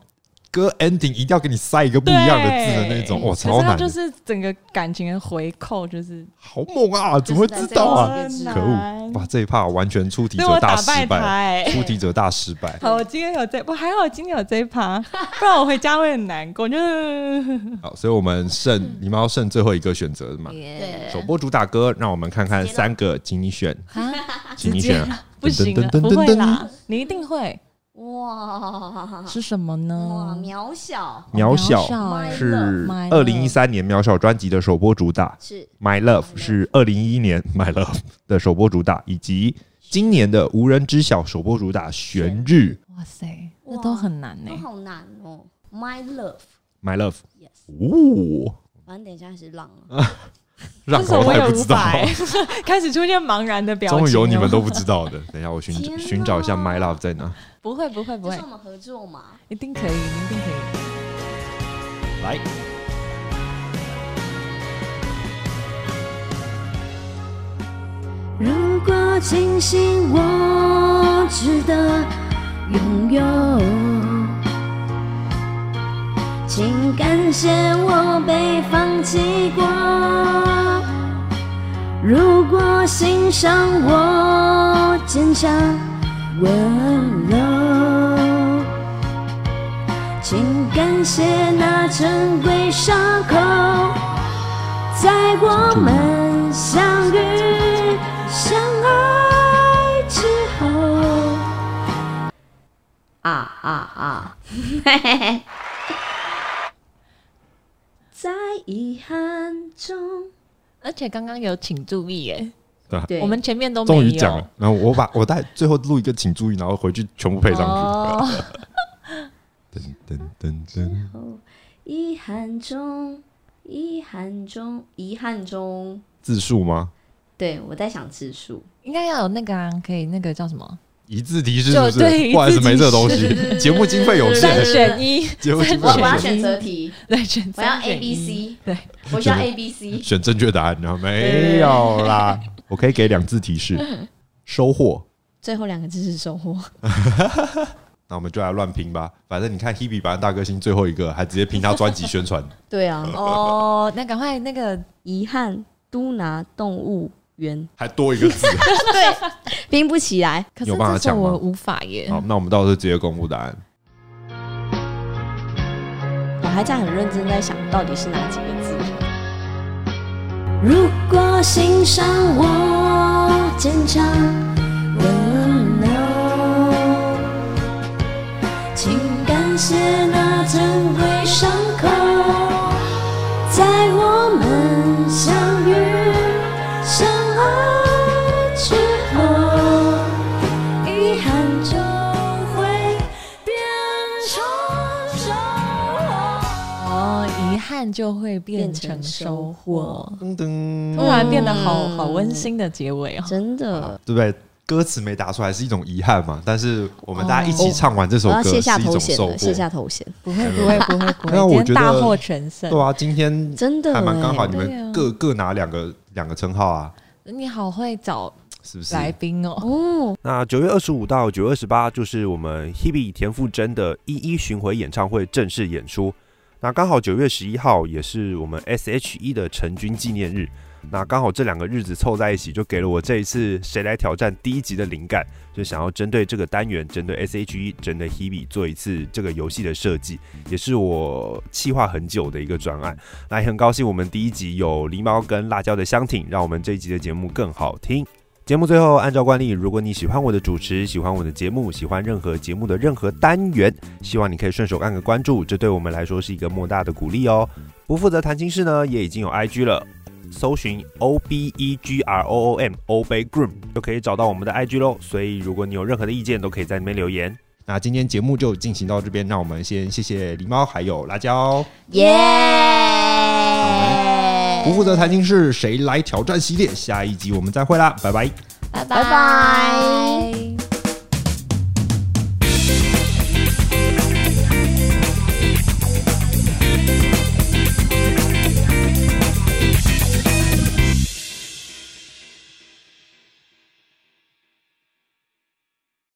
D: 歌 ending 一定要给你塞一个不
C: 对，
D: 一样的字的那种，哇，
C: 可是
D: 超
C: 它
D: 难的，
C: 就是整个感情的回扣，就是
D: 好猛啊！怎么会知道啊？
B: 就是在这
D: 可恶！哇，这一趴完全出题
C: 被我
D: 者大
C: 打
D: 失
C: 败他
D: 败，
C: 哎。
D: 出题者大失败。
C: 好，我今天有这，我还好，今天有这一趴，不然我回家会很难
D: *laughs*
C: 过。就是
D: 好，所以我们
C: 嗯
D: 剩你们要剩最后一个选择嘛？
B: 对
D: 首播主打歌，让我们看看三个，请你选， *laughs* 请你选，
C: 不行了，
D: 啊噔噔噔
C: 不
D: 噔
C: 会
D: 噔
C: 啦，你一定会。
B: 哇
C: 是什么
B: 哇，
C: 呢？
B: 渺小
D: 渺小
B: 哎
D: 是
C: My
D: 二
C: Love
D: 零一三年渺小专辑的首播主打
B: 是
D: ，My Love 是二零一一年 My Love 的首播主打，以及今年的无人知晓首播主打《旋日
C: 哇塞，
B: 哇
C: 这都很难欸呢
D: 哎
B: 都。好难哦，My Love。》
D: My Love。
B: Yes，
D: 哦，
B: 反正等一下是浪
D: 啊
B: 啊了，
D: 让
C: 这首
D: 我
C: 我
D: 也
C: 也
D: 不知
C: 无
D: 道，
C: 法欸， *laughs* 开始出现茫然的表情哦。
D: 终于有你们都不知道
C: 啊
D: 的。等一下我寻
B: 天哪
D: 寻找一下 My Love 在哪。
C: 不会不会不
B: 这
C: 会
B: 是我，们合作嘛？
C: 一定可以，一定可以。
D: 来，
F: 如果庆幸我值得拥有，请感谢我被放弃过。如果欣赏我坚强温柔，请感谢那珍贵伤口，在我们相遇、相爱之后。
B: 啊啊啊！在遗憾中，
C: 而且刚刚有请注意耶，
D: 对啊
B: 对，
C: 我们前面都没有
D: 终于讲了。然后我把我带最后录一个，请注意，然后回去全部配上去。
C: 哦，
D: 噔噔噔，
B: 哦遗憾中，遗憾中，遗憾中。
D: 字数吗？
B: 对，我在想次数，
C: 应该要有那个啊，可以那个叫什么？
D: 一字提示是
C: 就
D: 不是？
C: 对
D: 不好意思，没这个东
B: 一字
D: 西，
B: 提示
D: 节目经费有限
C: 三
B: 对，
C: 选一，
D: 节目经
B: 我我
D: 费
B: 要
D: 有限，
C: 三
B: 选择题，
C: 对，选
B: 我要
C: 三
B: A
C: 选
B: B
C: 一。
B: C，
C: 对，
B: 我需要 A B C。
D: 选正确答案，然后没有啦。我可以给两字提示，收获。
B: 最后两个字是收获，
D: 那我们就来乱拼吧，反正你看 Hebe 版大歌星最后一个，还直接拼他专辑宣传，*laughs*
B: 对啊，
C: 哦，那赶快那个
B: 遗憾都拿动物园
D: 还多一个
C: *laughs*
D: 字。
B: 拼不起来，
C: 可
D: 有
C: 是
D: 办法
C: 这
D: 讲
C: 首
D: 吗
C: 我无法耶。
D: 好，那我们到时候直接公布答案。
B: 我还在很认真在想到底是哪几个字。
F: 如果欣赏我坚强温柔，请感谢那珍贵伤口，在我们相遇相爱
C: 看就会变成收获。
D: 噔噔，
C: 突然变得好
B: 嗯
C: 好温馨的结尾哦。
B: 真的，
D: 对不对？歌词没打出来是一种遗憾嘛，但是我们大家一起唱啊完这首
B: 我
D: 歌
B: 要
D: 是一
B: 卸哦下头
D: 种
B: 衔
D: 收获
B: 了，。卸下头衔，
C: 不会不会不会不
D: 那我
C: 会，今
D: 觉得
C: 天大获全胜。
D: 对啊，今天
B: 真的
D: 还蛮
B: 欸
D: 刚好，你
C: 对
D: 们
C: 啊
D: 各各拿两个两个称号啊，
C: 你好会找
D: 是不是？
C: 来宾哦。
B: 哦，
A: 那九月二十五到九月二十八就是我们 Hebe 田馥甄的一一巡回演唱会正式演出。那刚好九月十一号也是我们 S.H.E 的成军纪念日，那刚好这两个日子凑在一起，就给了我这一次《谁来挑战》第一集的灵感，就想要针对这个单元、针对 S.H.E、针对 Hebe 做一次这个游戏的设计，也是我计划很久的一个专案。那也很高兴我们第一集有狸猫跟辣椒的相挺，让我们这一集的节目更好听。节目最后，按照惯例，如果你喜欢我的主持，喜欢我的节目，喜欢任何节目的任何单元，希望你可以顺手按个关注，这对我们来说是一个莫大的鼓励哦。不负责谈心事呢，也已经有 IG 了，搜寻 O B E G R O O M O B Groom 就可以找到我们的 IG 喽。所以，如果你有任何的意见，都可以在那边留言。
D: 那今天节目就进行到这边，让我们先谢谢狸猫还有辣椒。
B: 耶！
D: 不负责谈心是谁来挑战系列，下一集我们再会啦，拜拜。
B: 拜拜。